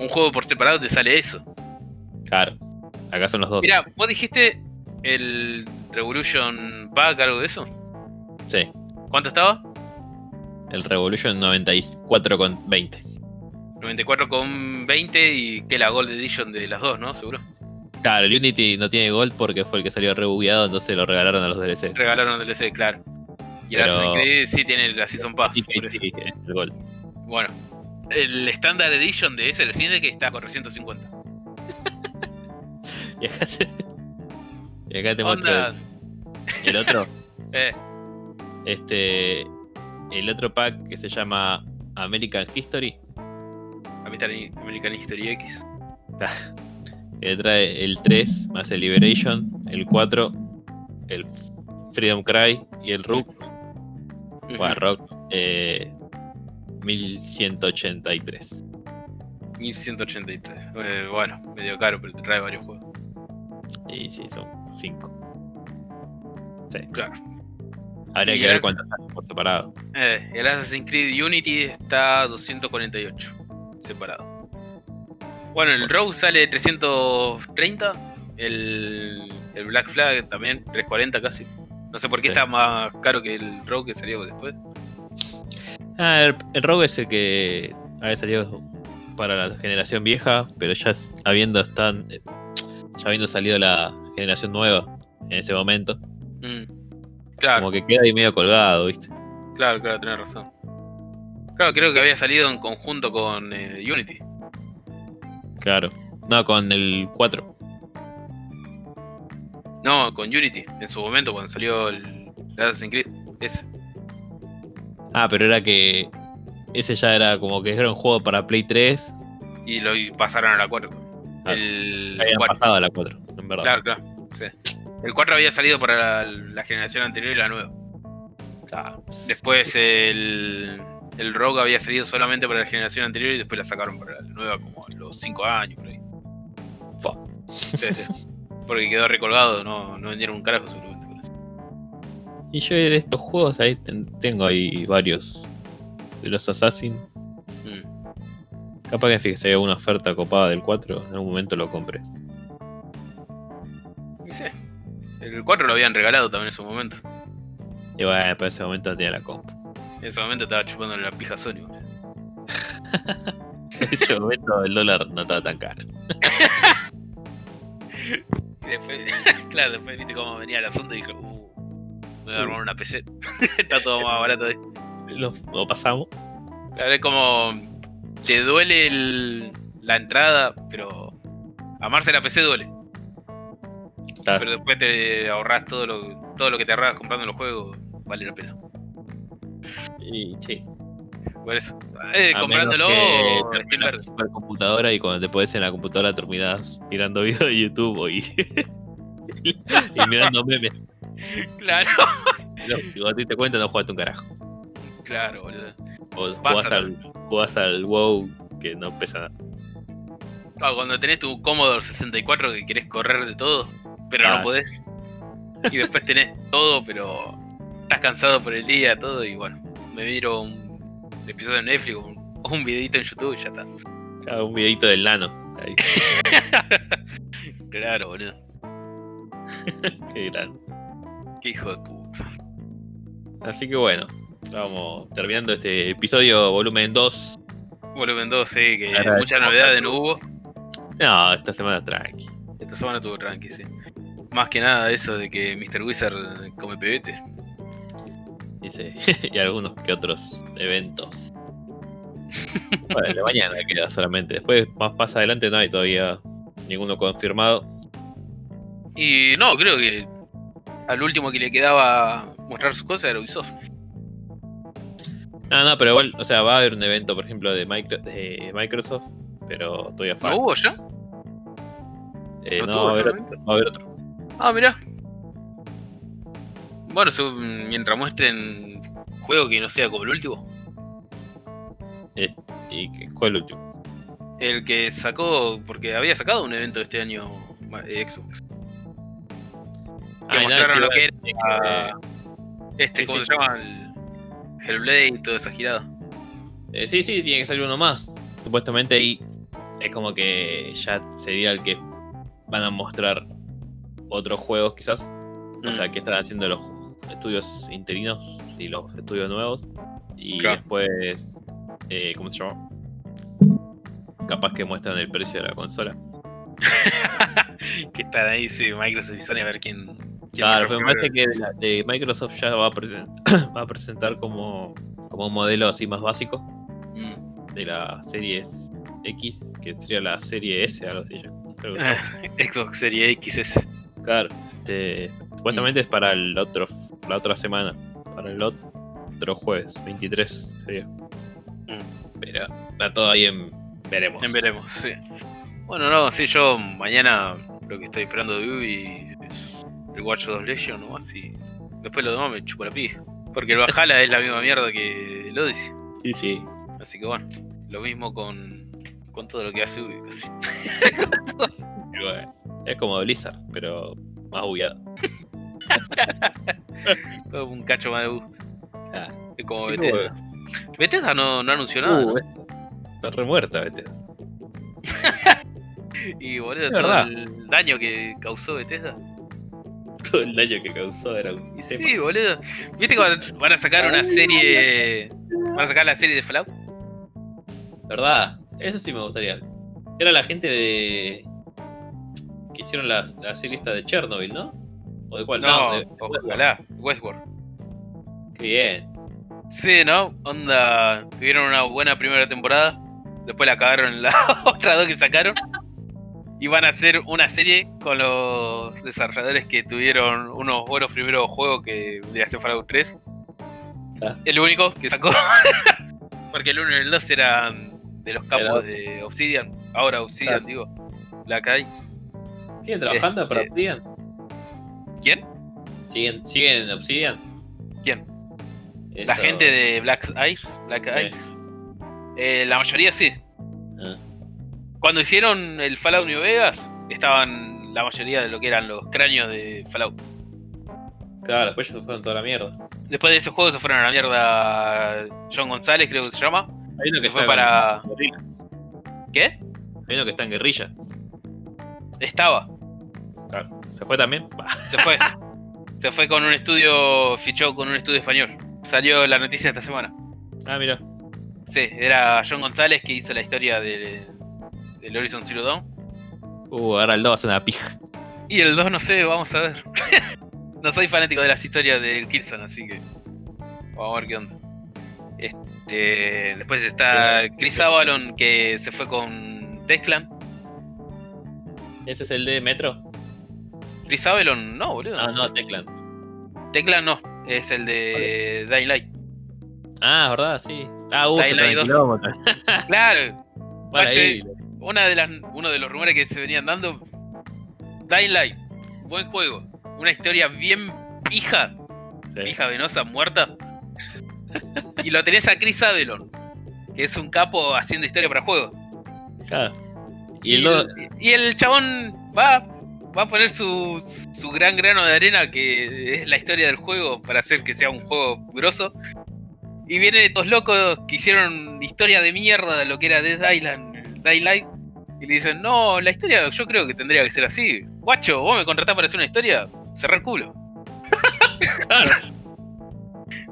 A: un juego por separado te sale eso.
B: Claro. Acá son los dos.
A: Mirá, vos dijiste el Revolution Pack, algo de eso.
B: Sí.
A: ¿Cuánto estaba?
B: El Revolution 94,20.
A: 94,20 y que la Gold Edition de las dos, ¿no? Seguro.
B: Claro, el Unity no tiene Gold porque fue el que salió rebugueado, entonces lo regalaron a los DLC.
A: Regalaron el DLC, claro. Y el
B: Pero-
A: Assassin's Creed sí tiene la Season Pass.
B: Sí,
A: por
B: sí,
A: eso.
B: sí, es el Gold.
A: Bueno, el Standard Edition de ese, el Syndicate, está a 450.
B: Y acá te, y acá te muestro
A: Onda,
B: el, el otro.
A: eh,
B: Este. El otro pack que se llama American History.
A: American American History X.
B: Que te trae el 3 más el Liberation, el 4, el Freedom Cry y el Rook.
A: Ujú.
B: o el Rock. eh, 1183.
A: 1183. Eh, bueno, medio caro, pero te trae varios juegos.
B: Y sí, son 5. Sí.
A: Claro.
B: Habría
A: Y
B: que ver
A: era-
B: cuántos salen por separado.
A: Eh, el Assassin's Creed Unity está a 248 separado. Bueno, el Rogue sale 330. El, el Black Flag también 340 casi. No sé por qué
B: Sí.
A: está más caro que el Rogue que salió después.
B: Ah, el, el Rogue es el que había salido para la generación vieja, pero ya s- habiendo están, eh, ya habiendo salido la generación nueva en ese momento,
A: Mm. Claro,
B: como que queda ahí medio colgado, ¿viste?
A: claro, claro, tenés razón. Claro, creo que había salido en conjunto con eh, Unity.
B: Claro. No, con el 4.
A: No, con Unity, en su momento cuando salió el Assassin's Creed. Ese.
B: Ah, pero era que ese ya era como que era un juego para Play 3.
A: Y lo y pasaron a la 4.
B: Claro.
A: El
B: Habían
A: 4.
B: pasado a la 4, en verdad.
A: Claro, claro. sí. El 4 había salido para la, la generación anterior y la nueva.
B: Ah,
A: Después el, el Rogue había salido solamente para la generación anterior y después la sacaron para la nueva como a los 5 años por ahí.
B: Fa.
A: Sí, sí. Porque quedó recolgado, no, no vendieron un carajo seguramente. con eso.
B: Y yo de estos juegos ahí ten- tengo ahí varios. De los Assassin.
A: Mm.
B: Capaz que fíjese, hay alguna oferta copada del 4, en algún momento lo compré.
A: Y sí. El 4 lo habían regalado también en su momento.
B: Y bueno, para ese momento no tenía la comp.
A: En ese momento estaba chupando la pija a Sony. boludo.
B: En ese momento el dólar no estaba tan caro.
A: Y después, claro, después viste cómo venía el asunto y dije, uh, voy a armar una PC. Está todo más barato. de-
B: Lo, lo pasamos.
A: A ver como te duele el- la entrada, pero amarse la PC duele.
B: Claro.
A: Pero después te ahorras todo lo, todo lo que te ahorras comprando los juegos, vale la pena.
B: Y sí.
A: Por eso. Eh,
B: a
A: comprándolo
B: menos
A: o
B: que
A: Steam
B: terminás
A: Verde.
B: con la computadora y cuando te pones en la computadora terminás mirando videos de YouTube y, y mirando memes.
A: Claro,
B: No, y cuando a ti te cuentas no jugaste un carajo.
A: claro, boludo.
B: O jugás
A: Pasa
B: al, jugás al WoW que no pesa nada.
A: Ah, cuando tenés tu Commodore 64 que querés correr de todo, pero
B: Ah.
A: no podés. Y después tenés todo, pero estás cansado por el día, todo, y bueno, me miro un episodio de Netflix o un, o un videito en YouTube y ya está.
B: Ya, un videito del nano. Ahí,
A: Claro, boludo.
B: qué gran.
A: Qué hijo de puta.
B: Así que bueno, vamos terminando este episodio volumen 2.
A: Volumen 2, sí, que
B: Agradecemos
A: muchas novedades no hubo.
B: No, esta semana tranqui.
A: Esta semana tuvo tranqui, sí. Más que nada eso de que Mr. Wizard come pebete.
B: Dice, y algunos que otros eventos. Bueno, la mañana queda solamente. Después, más, más adelante, no hay todavía ninguno confirmado.
A: Y no, creo que al último que le quedaba mostrar sus cosas era Ubisoft.
B: No, no, pero igual, o sea, va a haber un evento, por ejemplo, de, micro- de Microsoft, pero todavía
A: ¿No
B: falta.
A: hubo ya?
B: Eh,
A: ¿No
B: no,
A: tuvo
B: va, a haber,
A: ya?
B: va a haber otro.
A: Ah, mirá. Bueno, su- mientras muestren juego que no sea como el último.
B: ¿Y qué- cuál el último?
A: El que sacó, porque había sacado un evento este año ma- eh, Xbox. Que
B: Ah, y nada,
A: mostraron
B: sí,
A: lo
B: va-
A: que
B: eh,
A: era este,
B: sí,
A: ¿cómo
B: sí.
A: se llama? El, el Blade y toda esa girada.
B: Eh, sí, sí, tiene que salir uno más. Supuestamente ahí es como que ya sería el que van a mostrar otros juegos quizás. O
A: Mm.
B: sea, que están haciendo los estudios interinos y los estudios nuevos. Y
A: Claro.
B: después, eh, ¿cómo se llama? Capaz que muestran el precio de la consola.
A: que están ahí, sí, Microsoft y Sony, a ver quién. quién mejor
B: Claro, pero Ah, me
A: primero.
B: parece que de, la- de Microsoft ya va a, presen- va a presentar como, como un modelo así más básico
A: Mm.
B: de la Series X, que sería la serie S, algo así. yo creo que se llama.
A: Ah, Xbox Series XS.
B: Claro, este, supuestamente es para el otro, la otra semana, para el ot- otro jueves, 23 sería. Pero está todo ahí en veremos.
A: Mm. En veremos, sí. Bueno, no, sí, yo mañana lo que estoy esperando de Ubi es el Watch Dogs Legion nomás y después lo demás me chupo la pija. Porque el Valhalla es la misma mierda que el Odyssey.
B: Sí, sí.
A: Así que bueno, lo mismo con, con todo lo que hace Ubi casi.
B: y bueno, eh, es como Blizzard, pero más bugueado.
A: Todo un cacho más de Ubi.
B: Ah,
A: Es como
B: sí,
A: Bethesda. Bethesda no, Oh, este, no anunció nada.
B: Uh,
A: ¿no?
B: está remuerta, este, vete.
A: Y boludo,
B: es
A: todo
B: verdad.
A: el daño que causó Bethesda.
B: Todo el daño que causó era un
A: Y
B: tema.
A: sí, boludo. ¿Viste cuando van a sacar una serie. Van a sacar la serie de Fallout?
B: ¿Verdad? Eso sí me gustaría. Era la gente de. que hicieron la, la serie esta de Chernobyl, ¿no? ¿O de cuál?
A: No, eh,
B: de-
A: ojalá. Westworld.
B: Qué bien.
A: Sí, ¿no? Onda, tuvieron una buena primera temporada, después la cagaron en la otra dos que sacaron. Y van a hacer una serie con los desarrolladores que tuvieron unos buenos primeros juegos que de hacer Fallout 3.
B: Ah.
A: El único que sacó. Porque el 1 y el 2 eran de los campos de Obsidian. Ahora Obsidian,
B: Ah.
A: digo. La CAI.
B: ¿Siguen trabajando para
A: Este-
B: Obsidian?
A: ¿Quién?
B: ¿Siguen, ¿Siguen en Obsidian?
A: ¿Quién? La
B: Eso-
A: gente de Black Eyes, Black
B: Eh.
A: Eyes, eh, la mayoría sí.
B: Ah.
A: Cuando hicieron el Fallout New Vegas, estaban la mayoría de lo que eran los cráneos de Fallout.
B: Claro, después ellos fueron toda la mierda.
A: Después de esos juegos se fueron a la mierda John González, creo que se llama.
B: Hay uno
A: Se
B: que
A: fue
B: está
A: para.
B: en guerrilla.
A: ¿Qué?
B: Hay uno que está en guerrilla.
A: Estaba.
B: ¿Se fue también? Bah.
A: Se fue. se fue con un estudio. Fichó con un estudio español. Salió la noticia esta semana.
B: Ah, mira.
A: Sí, era John González que hizo la historia del, del Horizon Zero Dawn.
B: Uh, ahora el 2 hace una pija.
A: Y el 2 no sé, vamos a ver. no soy fanático de las historias del Kilson, así que. Vamos a ver qué onda. Este, después está Chris Avalon que se fue con Teclan.
B: ¿Ese es el de Metro?
A: Chris Avalon, no, boludo.
B: Ah, no, Teclan.
A: Teclan no, es el de Dying Light.
B: Ah, es verdad, sí. Ah, uh,
A: Está
B: se
A: en la I2.
B: kilómetros.
A: Claro,
B: Bueno, ahí.
A: una de las, uno de los rumores que se venían dando. Dying Light, buen juego. Una historia bien pija,
B: Sí.
A: hija venosa muerta. y lo tenés a Chris Avelon, que es un capo haciendo historia para juegos.
B: Claro. Y el 2.
A: y el chabón va, va a poner su, su gran grano de arena, que es la historia del juego, para hacer que sea un juego grosso. Y vienen estos locos que hicieron historia de mierda de lo que era Dead Island, Daylight. Y le dicen, no, la historia yo creo que tendría que ser así. Guacho, vos me contratás para hacer una historia, cerrar el culo.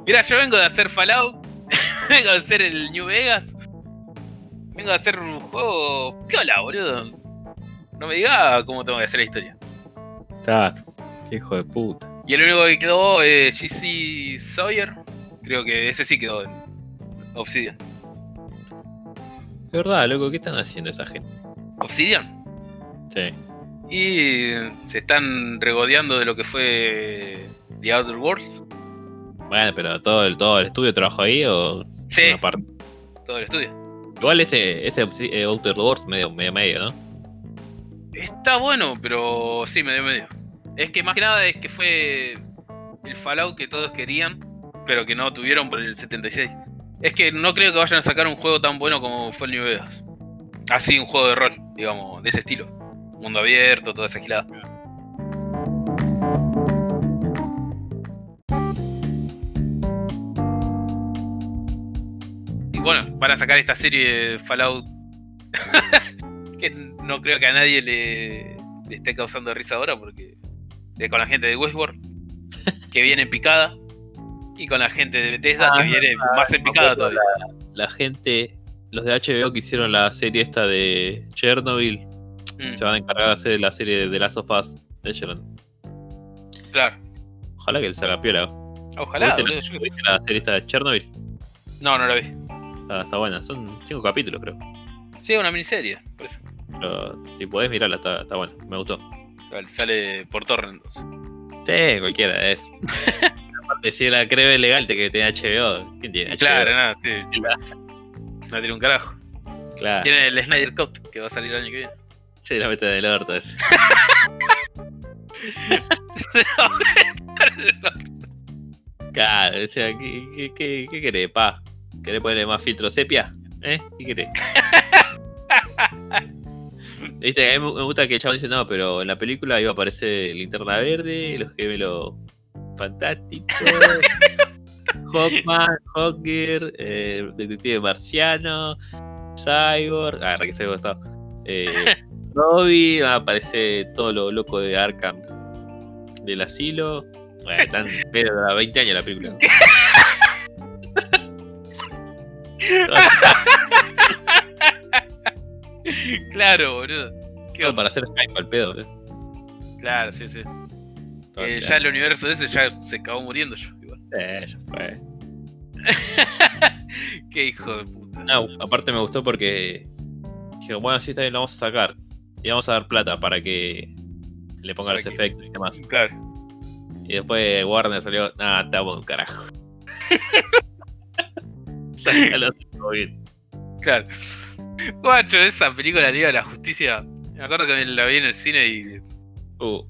A: Mira, yo vengo de hacer Fallout, vengo de hacer el New Vegas, vengo de hacer un juego piola, boludo. No me digas cómo tengo que hacer la historia.
B: Claro. Qué hijo de puta.
A: Y el único que quedó es GC Sawyer. Creo que ese sí quedó en Obsidian.
B: Es verdad, loco, ¿qué están haciendo esa gente?
A: Obsidian.
B: Sí.
A: Y se están regodeando de lo que fue The Outer Worlds.
B: Bueno, pero todo el, todo el estudio trabajó ahí o
A: Sí,
B: una parte.
A: todo el estudio.
B: Igual ese, ese Obsi- eh, Outer Worlds medio, medio medio, ¿no?
A: Está bueno, pero sí, medio medio. Es que más que nada es que fue el Fallout que todos querían, pero que no tuvieron por el 76. Es que no creo que vayan a sacar un juego tan bueno como fue el New Vegas. Así, un juego de rol, digamos, de ese estilo. Mundo abierto, toda esa gilada. Y bueno, van a sacar esta serie de Fallout que no creo que a nadie le, le esté causando risa ahora porque es con la gente de Westworld que viene en picada y con la gente de Bethesda
B: Ah,
A: que viene más en picada todavía.
B: La gente, los de HBO que hicieron la serie esta de Chernobyl,
A: Mm,
B: se van a encargar de hacer la serie de The Last of Us de Chernobyl.
A: claro.
B: Ojalá que le salga piola.
A: Ojalá.
B: ¿Viste la-
A: boludo, yo qué sé.
B: ¿Viste la serie esta de Chernobyl?
A: No, no la vi.
B: Está, está buena, son cinco capítulos creo.
A: Sí, una miniserie. Por eso.
B: Pero si podés mirarla, está, está buena, me gustó.
A: Vale, sale por torrent.
B: Sí, cualquiera de eso. Aparte, si la cree legal te que tiene HBO, ¿quién tiene HBO?
A: Claro, nada, sí. No tiene un carajo.
B: claro.
A: Tiene el Snyder Cut que va a salir el año que viene.
B: Se la mete del orto eso. Claro, o sea, ¿qué, qué, qué, qué querés, pa? ¿Querés ponerle más filtro sepia? ¿Eh? ¿Qué querés? Viste, a mí me gusta que el chavo dice, no, pero en la película iba a aparecer Linterna Verde, los gemelos fantásticos, Hawkman, Hawker, eh, Detective Marciano, Cyborg, ah, re que Cyborg estaba, eh, Robin, ah, aparece todo lo loco de Arkham del asilo. Bueno, están pero a 20 años la película.
A: Claro, boludo. Qué
B: Todo para hacer Skype al pedo. ¿eh?
A: Claro, sí, sí.
B: Todo
A: Eh, ya
B: claro.
A: el universo ese ya se acabó muriendo yo. Igual.
B: Eh, ya fue.
A: Qué hijo de puta.
B: No, Ah, aparte me gustó porque dijeron, bueno, sí, está bien, lo vamos a sacar. Y vamos a dar plata para que le ponga
A: Para
B: los
A: que-
B: efectos y demás.
A: Claro.
B: Y después Warner salió, ah, estamos un carajo. Sácalo, todo bien.
A: Claro. Guacho, esa película Liga de la Justicia. Me acuerdo que la vi en el cine y.
B: Uh,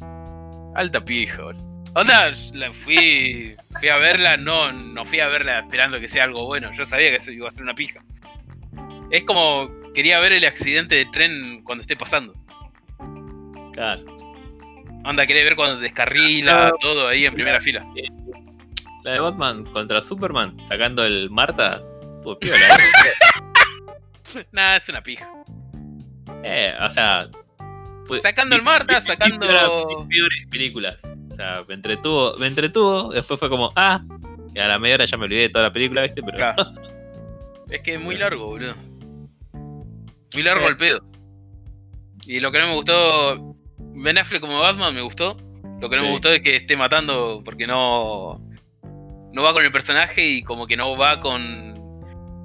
A: Alta pija, boludo. Onda, la- fui, fui a verla, no, no fui a verla esperando que sea algo bueno. Yo sabía que eso iba a ser una pija. Es como quería ver el accidente de tren cuando esté pasando.
B: Claro.
A: Onda, quería ver cuando descarrila,
B: Claro.
A: todo ahí en primera fila.
B: La de Batman contra Superman, sacando el Marta. Pues piola, ¿eh?
A: Nada, es una pija.
B: Eh, o sea. fue-
A: Sacando el Marta, sacando-
B: Las peores películas. O sea, me entretuvo, me entretuvo, después fue como, ah. Y a la media hora ya me olvidé de toda la película, ¿viste? Pero.
A: Claro. Es que es muy largo, boludo. Muy largo
B: Sí.
A: el pedo. Y lo que no me gustó. Ben Affleck como Batman me gustó. Lo que no me
B: Sí.
A: gustó es que esté matando porque no. No va con el personaje y como que no va con.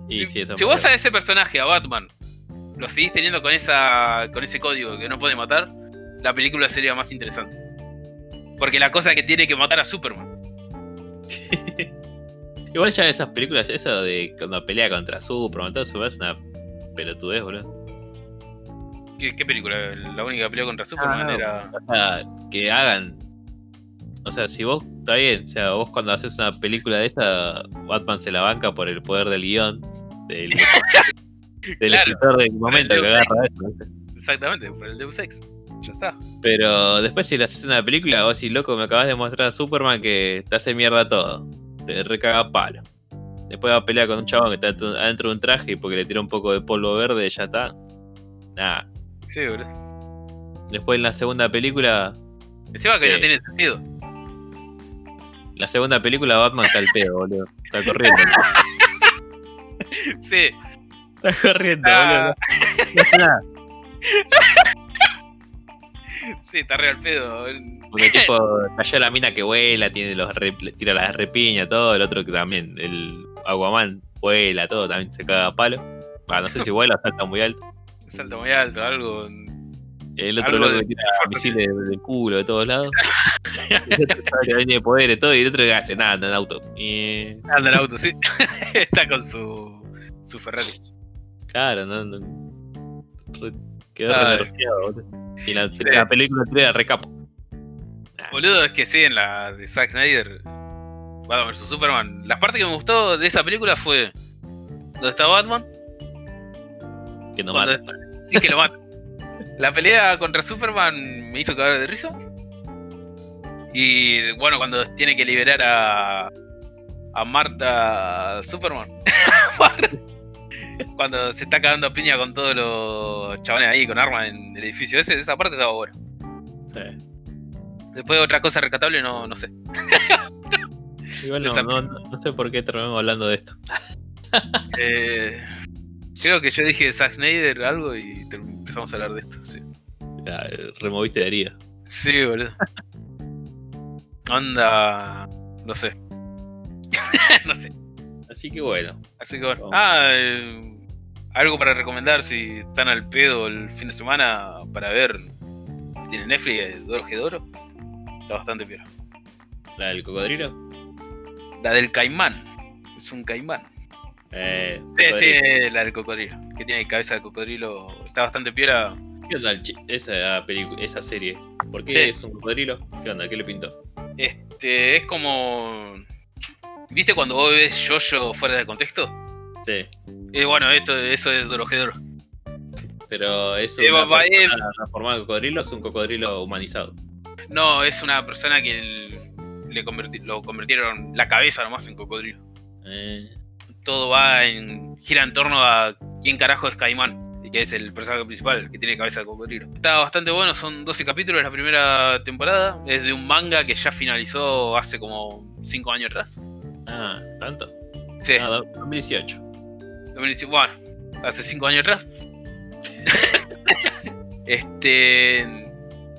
B: y
A: si
B: sí, eso
A: si
B: me-
A: vos a ese personaje, a Batman, lo seguís teniendo con esa. con ese código que no puede matar, la película sería más interesante. Porque la cosa es que tiene que matar a Superman.
B: Igual ya esas películas, eso de cuando pelea contra Superman, todo eso es una pelotudez, boludo.
A: ¿Qué, qué película? La única pelea contra Superman
B: no.
A: era.
B: O sea, que hagan. O sea, si vos, está bien, o sea, vos cuando haces una película de esa, Batman se la banca por el poder del guión, del, del
A: Claro.
B: escritor del momento que
A: Deus
B: agarra eso. ¿viste?
A: Exactamente, por el Deus Ex. Ya está.
B: Pero después si le haces una película, vos si loco me acabas de mostrar a Superman que te hace mierda todo. Te recaga a palo. Después va a pelear con un chabón que está atu- adentro de un traje y porque le tira un poco de polvo verde, ya está. Nada.
A: Sí, boludo.
B: Después en la segunda película,
A: Encima que
B: Sí.
A: no tiene sentido.
B: la segunda película Batman está al pedo, boludo. Está corriendo.
A: Sí.
B: Está corriendo,
A: Ah.
B: boludo. No hace nada.
A: Sí, está re al pedo.
B: Porque tipo, cayó la mina que vuela, tiene los re- le tira las repiñas, todo, el otro que también, el Aguaman vuela, todo, también se caga a palo. Ah, no sé si vuela o salta muy alto.
A: Salta muy alto, algo.
B: El otro
A: Algo
B: loco
A: de-
B: que tira misiles de, de culo de todos lados. El otro sabe que viene de poderes, todo, y el otro que hace nada, anda en auto. Y,
A: Anda el auto, sí. está con su, su Ferrari.
B: claro, no, no- re- quedó re
A: Ay.
B: nerfeado, boludo. Y la,
A: Sí.
B: la película tira recapo.
A: Boludo, es que sí, en la de Zack Snyder, Batman vs Superman. Las partes que me gustó de esa película fue donde está Batman
B: Que no
A: Cuando-
B: mata.
A: y que lo mata. La pelea contra Superman me hizo cagar de risa. Y bueno, cuando tiene que liberar a, a Marta Superman. cuando se está cagando a piña con todos los chavales ahí con armas en el edificio ese, esa parte estaba buena.
B: Sí.
A: Después otra cosa rescatable, no, no sé.
B: Igual no,
A: Esa-
B: no, no- no sé por qué terminamos hablando de esto.
A: Eh, creo que yo dije Zack Snyder algo y te- empezamos a hablar de esto, sí.
B: Ya, eh, removiste la herida.
A: Sí, boludo. Anda. No sé. no sé.
B: Así que bueno.
A: Así que bueno.
B: Vamos.
A: Ah, eh, algo para recomendar si están al pedo el fin de semana para ver. si Tienen Netflix, eh, Doro que Doro. Está bastante bien.
B: ¿La del cocodrilo?
A: La del caimán. Es un caimán.
B: Eh,
A: Sí, sí,
B: cocodrilo.
A: eh, la del cocodrilo. Que tiene cabeza de cocodrilo. Está bastante piola.
B: ¿Qué onda el chi- esa, pelicu- esa serie? ¿Por qué
A: Sí.
B: es un cocodrilo? ¿Qué onda? ¿Qué le pintó?
A: Este, es como. ¿Viste cuando vos ves yo fuera de contexto?
B: Sí.
A: Eh, bueno, esto, eso es Doro que Doro.
B: Pero es
A: Eh,
B: una
A: papá,
B: persona
A: eh.
B: transformada en cocodrilo, es un cocodrilo humanizado.
A: No, es una persona que el- le converti- lo convirtieron la cabeza nomás en cocodrilo.
B: Eh,
A: Todo va en. gira en torno a quién carajo es Caimán, que es el personaje principal, que tiene cabeza de cocodrilo. Está bastante bueno, son 12 capítulos la primera temporada. Es de un manga que ya finalizó hace como 5 años atrás.
B: ah, ¿tanto?
A: Sí,
B: Ah, do- 2018.
A: 2019, bueno, hace 5 años atrás. este.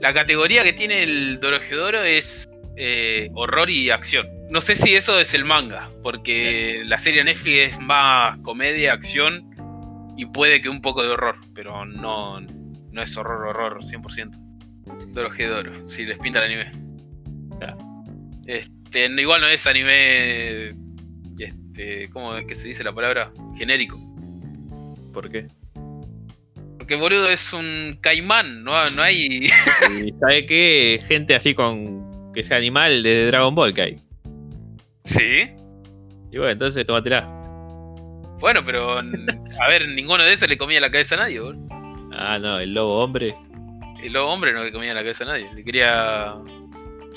A: La categoría que tiene el Dorojedoro es eh, horror y acción. No sé si eso es el manga, porque la serie Netflix es más comedia, acción y puede que un poco de horror, pero no, no es horror, horror, 100%. Dorojedoro, si les pinta el anime.
B: Claro.
A: Este, no- igual no es anime. Este, ¿Cómo es que se dice la palabra? Genérico.
B: ¿Por qué?
A: Porque boludo es un caimán, no, no hay.
B: ¿Y sabe qué? Gente así con que sea animal de Dragon Ball que hay.
A: Sí.
B: Y bueno, entonces tómatela.
A: Bueno, pero n- a ver, ninguno de esos le comía la cabeza a nadie, boludo.
B: Ah, no, el lobo hombre.
A: El lobo hombre no le comía la cabeza a nadie. Le quería.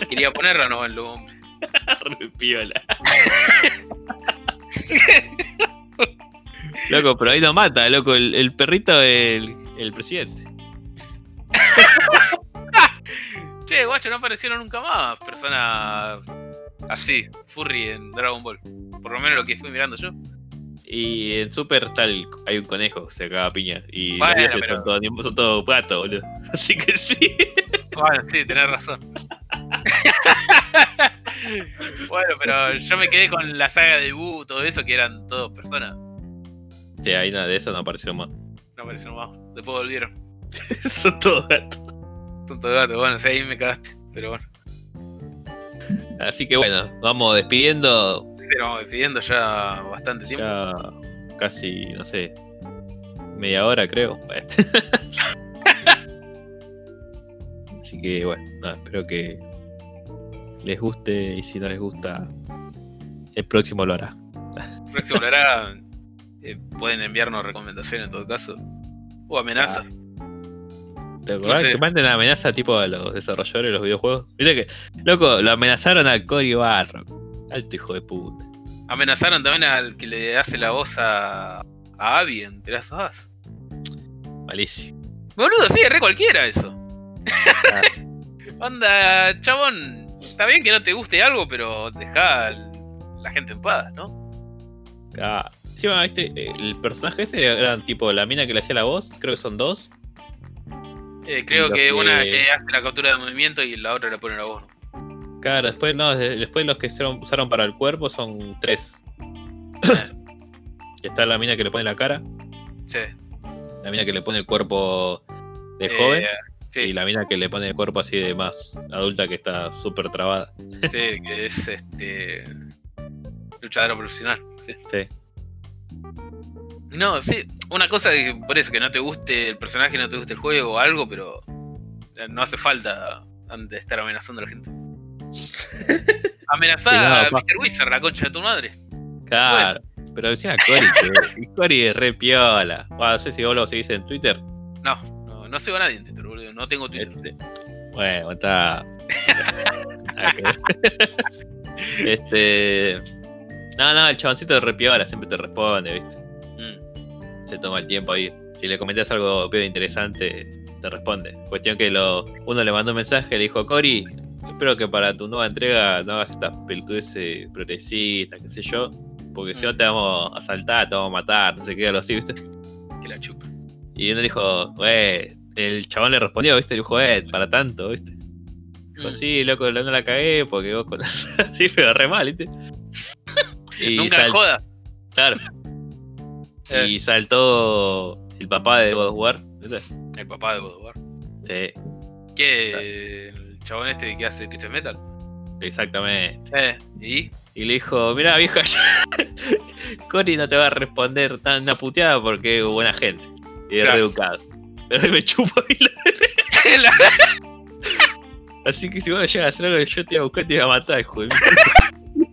A: Quería ponerla no el lobo hombre.
B: Re piola. loco, pero ahí no mata, loco. El, el perrito del el presidente.
A: Che, guacho, no aparecieron nunca más personas así, furry en Dragon Ball. Por lo menos lo que fui mirando yo.
B: Y en Super está el- hay un conejo que se acaba a piña. Y
A: Bueno,
B: los dioses
A: pero-
B: son todos anim- son todos gatos, boludo. Así que sí.
A: Bueno, sí, tenés razón. bueno, pero yo me quedé con la saga de Buu, todo eso, que eran todos personas.
B: Che, ahí nada de eso no apareció más.
A: No aparecieron más. Después volvieron.
B: son todos gatos.
A: Son todos gatos. Bueno, sí, ahí me cagaste. Pero bueno,
B: Así que bueno, vamos despidiendo.
A: sí, nos vamos despidiendo ya bastante tiempo.
B: Ya casi, no sé, media hora creo. Así que bueno, nada, espero que les guste y si no les gusta, el próximo lo hará.
A: Próximo hablará. eh, pueden enviarnos recomendaciones en todo caso. O amenazas.
B: ¿Te acordás?
A: Ah. No sé.
B: Que manden la amenaza tipo a los desarrolladores de los videojuegos. Viste que, loco, lo amenazaron a Cory Barro. Alto hijo de puta.
A: Amenazaron también al que le hace la voz a, a Abby en The Last of Us.
B: Malísimo.
A: Boludo, sí, es re cualquiera eso.
B: Ah.
A: Onda, chabón, está bien que no te guste algo, pero deja al- la gente en paz, ¿no?
B: Ah, encima, ¿viste? el personaje ese era tipo la mina que le hacía la voz, creo que son dos.
A: Eh, creo
B: Lo
A: que una
B: que-
A: que hace la captura de movimiento y la otra le pone la voz.
B: Claro, después no, de- después los que hicieron- usaron para el cuerpo son tres. Está la mina que le pone la cara,
A: Sí.
B: la mina que le pone el cuerpo de
A: Eh,
B: joven
A: Sí,
B: y la mina que le pone el cuerpo así de más adulta que está súper trabada.
A: sí, que es este. luchadora profesional, sí.
B: Sí.
A: No, sí, una cosa que por eso, que no te guste el personaje, no te guste el juego o algo, pero eh, no hace falta antes de estar amenazando a la gente. Amenazá
B: Sí, no,
A: a
B: pa-
A: Mr. Wizard, la concha de tu madre.
B: Claro, pero decía Cory, que- y Cory es re piola. Bueno, no sé si vos lo seguís en Twitter.
A: No, no, no sigo a nadie en Twitter, boludo. No tengo Twitter.
B: Este, bueno, está. Nada que ver. este. No, no, el chaboncito es re piola, siempre te responde, ¿viste?
A: Mm.
B: se toma el tiempo ahí. Si le comentas algo pedo interesante, te responde. Cuestión que lo, uno le mandó un mensaje, le dijo, Cory, espero que para tu nueva entrega no hagas estas pelotudeces progresistas, qué sé yo, porque si no te vamos a asaltar, te vamos a matar, no sé qué, algo así, ¿viste?
A: Que la chupa.
B: Y uno le dijo, eh, el chabón le respondió, ¿viste? Le dijo, eh, para tanto, ¿viste? Dijo,
A: Mm.
B: Pues sí, loco, no la cagué porque vos con... sí, pero re mal, ¿viste? Y
A: Nunca
B: sal-
A: joda.
B: Claro.
A: Eh.
B: Y saltó el papá de God of War, ¿viste?
A: El papá de God of War.
B: Sí,
A: ¿Qué? El chabón este que hace Twisted Metal.
B: exactamente.
A: Eh, ¿y?
B: Y le dijo, mirá viejo, Cory no te va a responder tan una puteada porque es buena gente. Y es
A: Claro.
B: reeducado. Pero me chupo y la-
A: La-
B: Así que si vos llegas a hacer algo, yo te iba a buscar y te iba a matar, hijo de mí.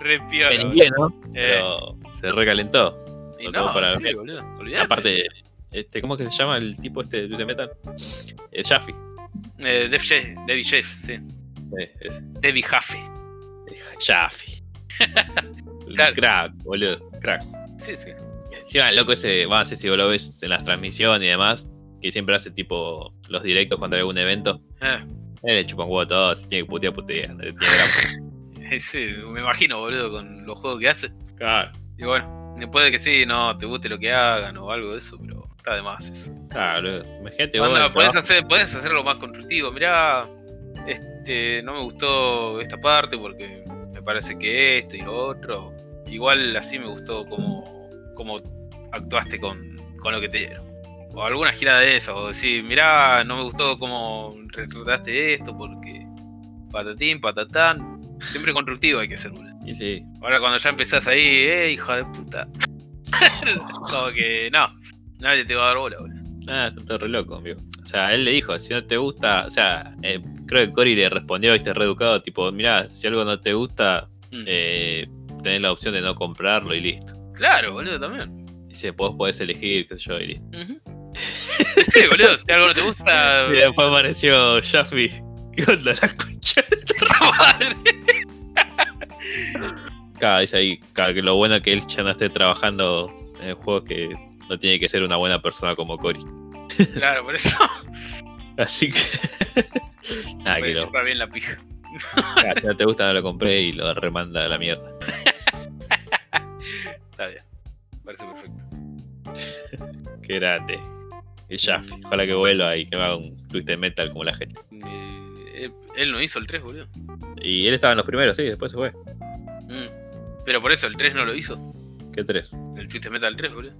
A: Re piola,
B: En
A: boludo.
B: inglés, ¿no?
A: Eh,
B: Pero se recalentó.
A: y
B: lo
A: no,
B: tengo para
A: sí,
B: ver.
A: boludo. Olvidate.
B: Aparte, este, ¿cómo es que se llama el tipo este de metal? El Jaffe.
A: Eh, Def J- Debbie Jeff, sí.
B: Eh, es-
A: Debbie Jaffe.
B: Jaffe. El
A: Claro.
B: Crack, boludo. Crack.
A: Sí, sí.
B: Encima, el loco ese, va, no sé si vos lo ves en las transmisiones y demás, que siempre hace tipo los directos cuando hay algún evento.
A: Eh,
B: Él le chupa un huevo a todos, si tiene que putear, putea. no le tiene gran-
A: eh, sí, me imagino, boludo, con los juegos que hace.
B: claro,
A: Y bueno, después de que sí, no, te guste lo que hagan o algo de eso, pero está de más eso.
B: claro, boludo. Imagínate vos.
A: Onda,
B: el
A: podés,
B: trabajo-
A: hacer, podés hacerlo más constructivo. Mirá, este, no me gustó esta parte porque me parece que esto y lo otro. Igual así me gustó como, como actuaste con, con lo que te dieron. O alguna gira de eso. O decir, mirá, no me gustó cómo retrataste esto porque patatín, patatán. Siempre constructivo hay que ser, boludo.
B: Y sí,
A: Ahora cuando ya empezás ahí, eh, hija de puta. como que no, nadie te va a dar bola, boludo.
B: nada, está Ah, todo re loco, amigo. O sea, él le dijo, si no te gusta, o sea, eh, creo que Cory le respondió, viste, reeducado, tipo, mirá, si algo no te gusta,
A: Mm.
B: eh, tenés la opción de no comprarlo y listo.
A: Claro, boludo, también.
B: Dice, vos podés elegir, qué sé yo, y listo.
A: Ujú. sí, boludo, si algo no te gusta.
B: Y después apareció Jaffi. ¿Qué onda la concha?
A: madre.
B: Cada dice ahí, cada que lo bueno que él ya no esté trabajando en el juego que no tiene que ser una buena persona como Cory.
A: Claro, por eso.
B: Así que. Nada, que
A: Me
B: lo.
A: chupa bien la pija.
B: Ah, si no te gusta, no lo compré y lo remanda a la mierda.
A: Está bien. Parece perfecto.
B: Qué grande. Y Jaffi, ojalá que vuelva y que me haga un twisted metal como la gente.
A: Eh, eh, él no hizo el 3, boludo.
B: Y él estaba en los primeros, sí, después se fue.
A: Mm. Pero por eso el 3 no lo hizo.
B: ¿Qué tres?
A: El Twisted Metal 3, boludo.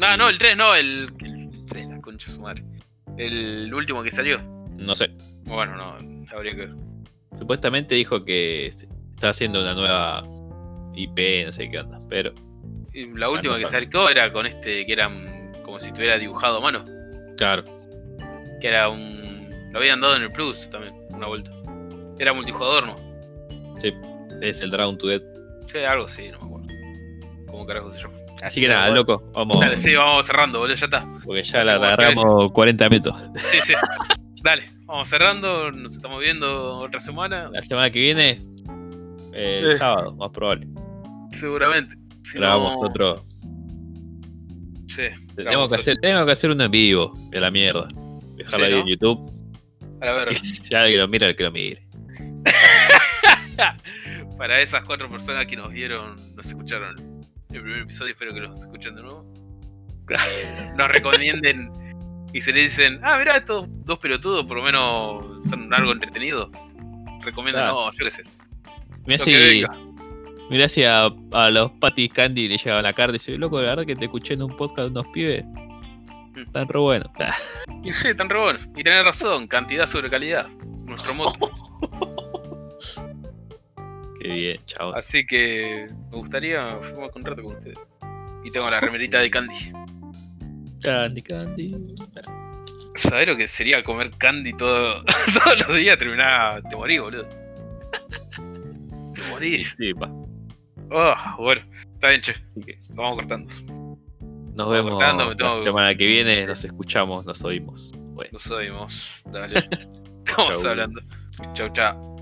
A: Ah, No, no, el 3 no, el, el 3, la concha de su madre. El último que salió.
B: No sé.
A: Bueno, no, habría que ver.
B: Supuestamente dijo que está haciendo una nueva IP, no sé qué onda. Pero
A: Y La última
B: no
A: que
B: sabe.
A: salió era con este, que era mm, como si tuviera dibujado a mano.
B: Claro,
A: Que era un... Lo habían dado en el Plus también, una vuelta. Era multijugador, ¿no?
B: es el Dragon to Dead.
A: Sí, algo sí, no me acuerdo. ¿Cómo carajo se llama?
B: Así que nada,
A: bueno.
B: loco, vamos.
A: Dale, sí, vamos cerrando, boludo, ya está.
B: Porque ya la
A: Así como
B: agarramos 40 minutos.
A: Sí, sí. Dale, vamos cerrando, nos estamos viendo otra semana,
B: La semana que viene, eh, el
A: Eh.
B: sábado, más probable.
A: seguramente. Si
B: Grabamos
A: no-
B: otro.
A: Sí,
B: Tenemos
A: grabamos
B: que, hacer, tenemos que hacer uno en vivo de la mierda. Dejarlo
A: Sí,
B: ahí
A: ¿no?
B: en YouTube.
A: otro. A la verga.
B: Si alguien lo mira, el que lo mire.
A: Para esas cuatro personas que nos vieron, nos escucharon el primer episodio, espero que los escuchen de nuevo. Eh, nos recomienden y se le dicen, ah, mirá, estos dos pelotudos por lo menos son algo entretenido. Recomiendan,
B: Claro.
A: no, yo qué sé.
B: Mirá
A: Lo
B: si,
A: que venga.
B: mirá si a, a los Patty Candy le llegaban la carta y dice, loco, la verdad que te escuché en un podcast de unos pibes.
A: Mm.
B: Están re buenos.
A: Y sí, tan re bueno. Y tenés razón, cantidad sobre calidad. Nuestro moto.
B: Qué bien, chao.
A: Así que me gustaría firmar contrato con ustedes. Y tengo la remerita de Candy.
B: Candy, Candy.
A: ¿Sabés lo que sería comer candy todo, todos los días? Terminaba, te morí, boludo. Te
B: Y
A: morí.
B: sí, pa.
A: Ah, bueno, está bien, che.
B: Así que
A: Lo vamos cortando.
B: Nos
A: Vamos
B: vemos
A: cortando, me tengo
B: la
A: que-
B: semana que viene. Nos escuchamos, nos oímos. Bueno.
A: Nos oímos. Dale. Estamos
B: Chau.
A: hablando. Chau, chau.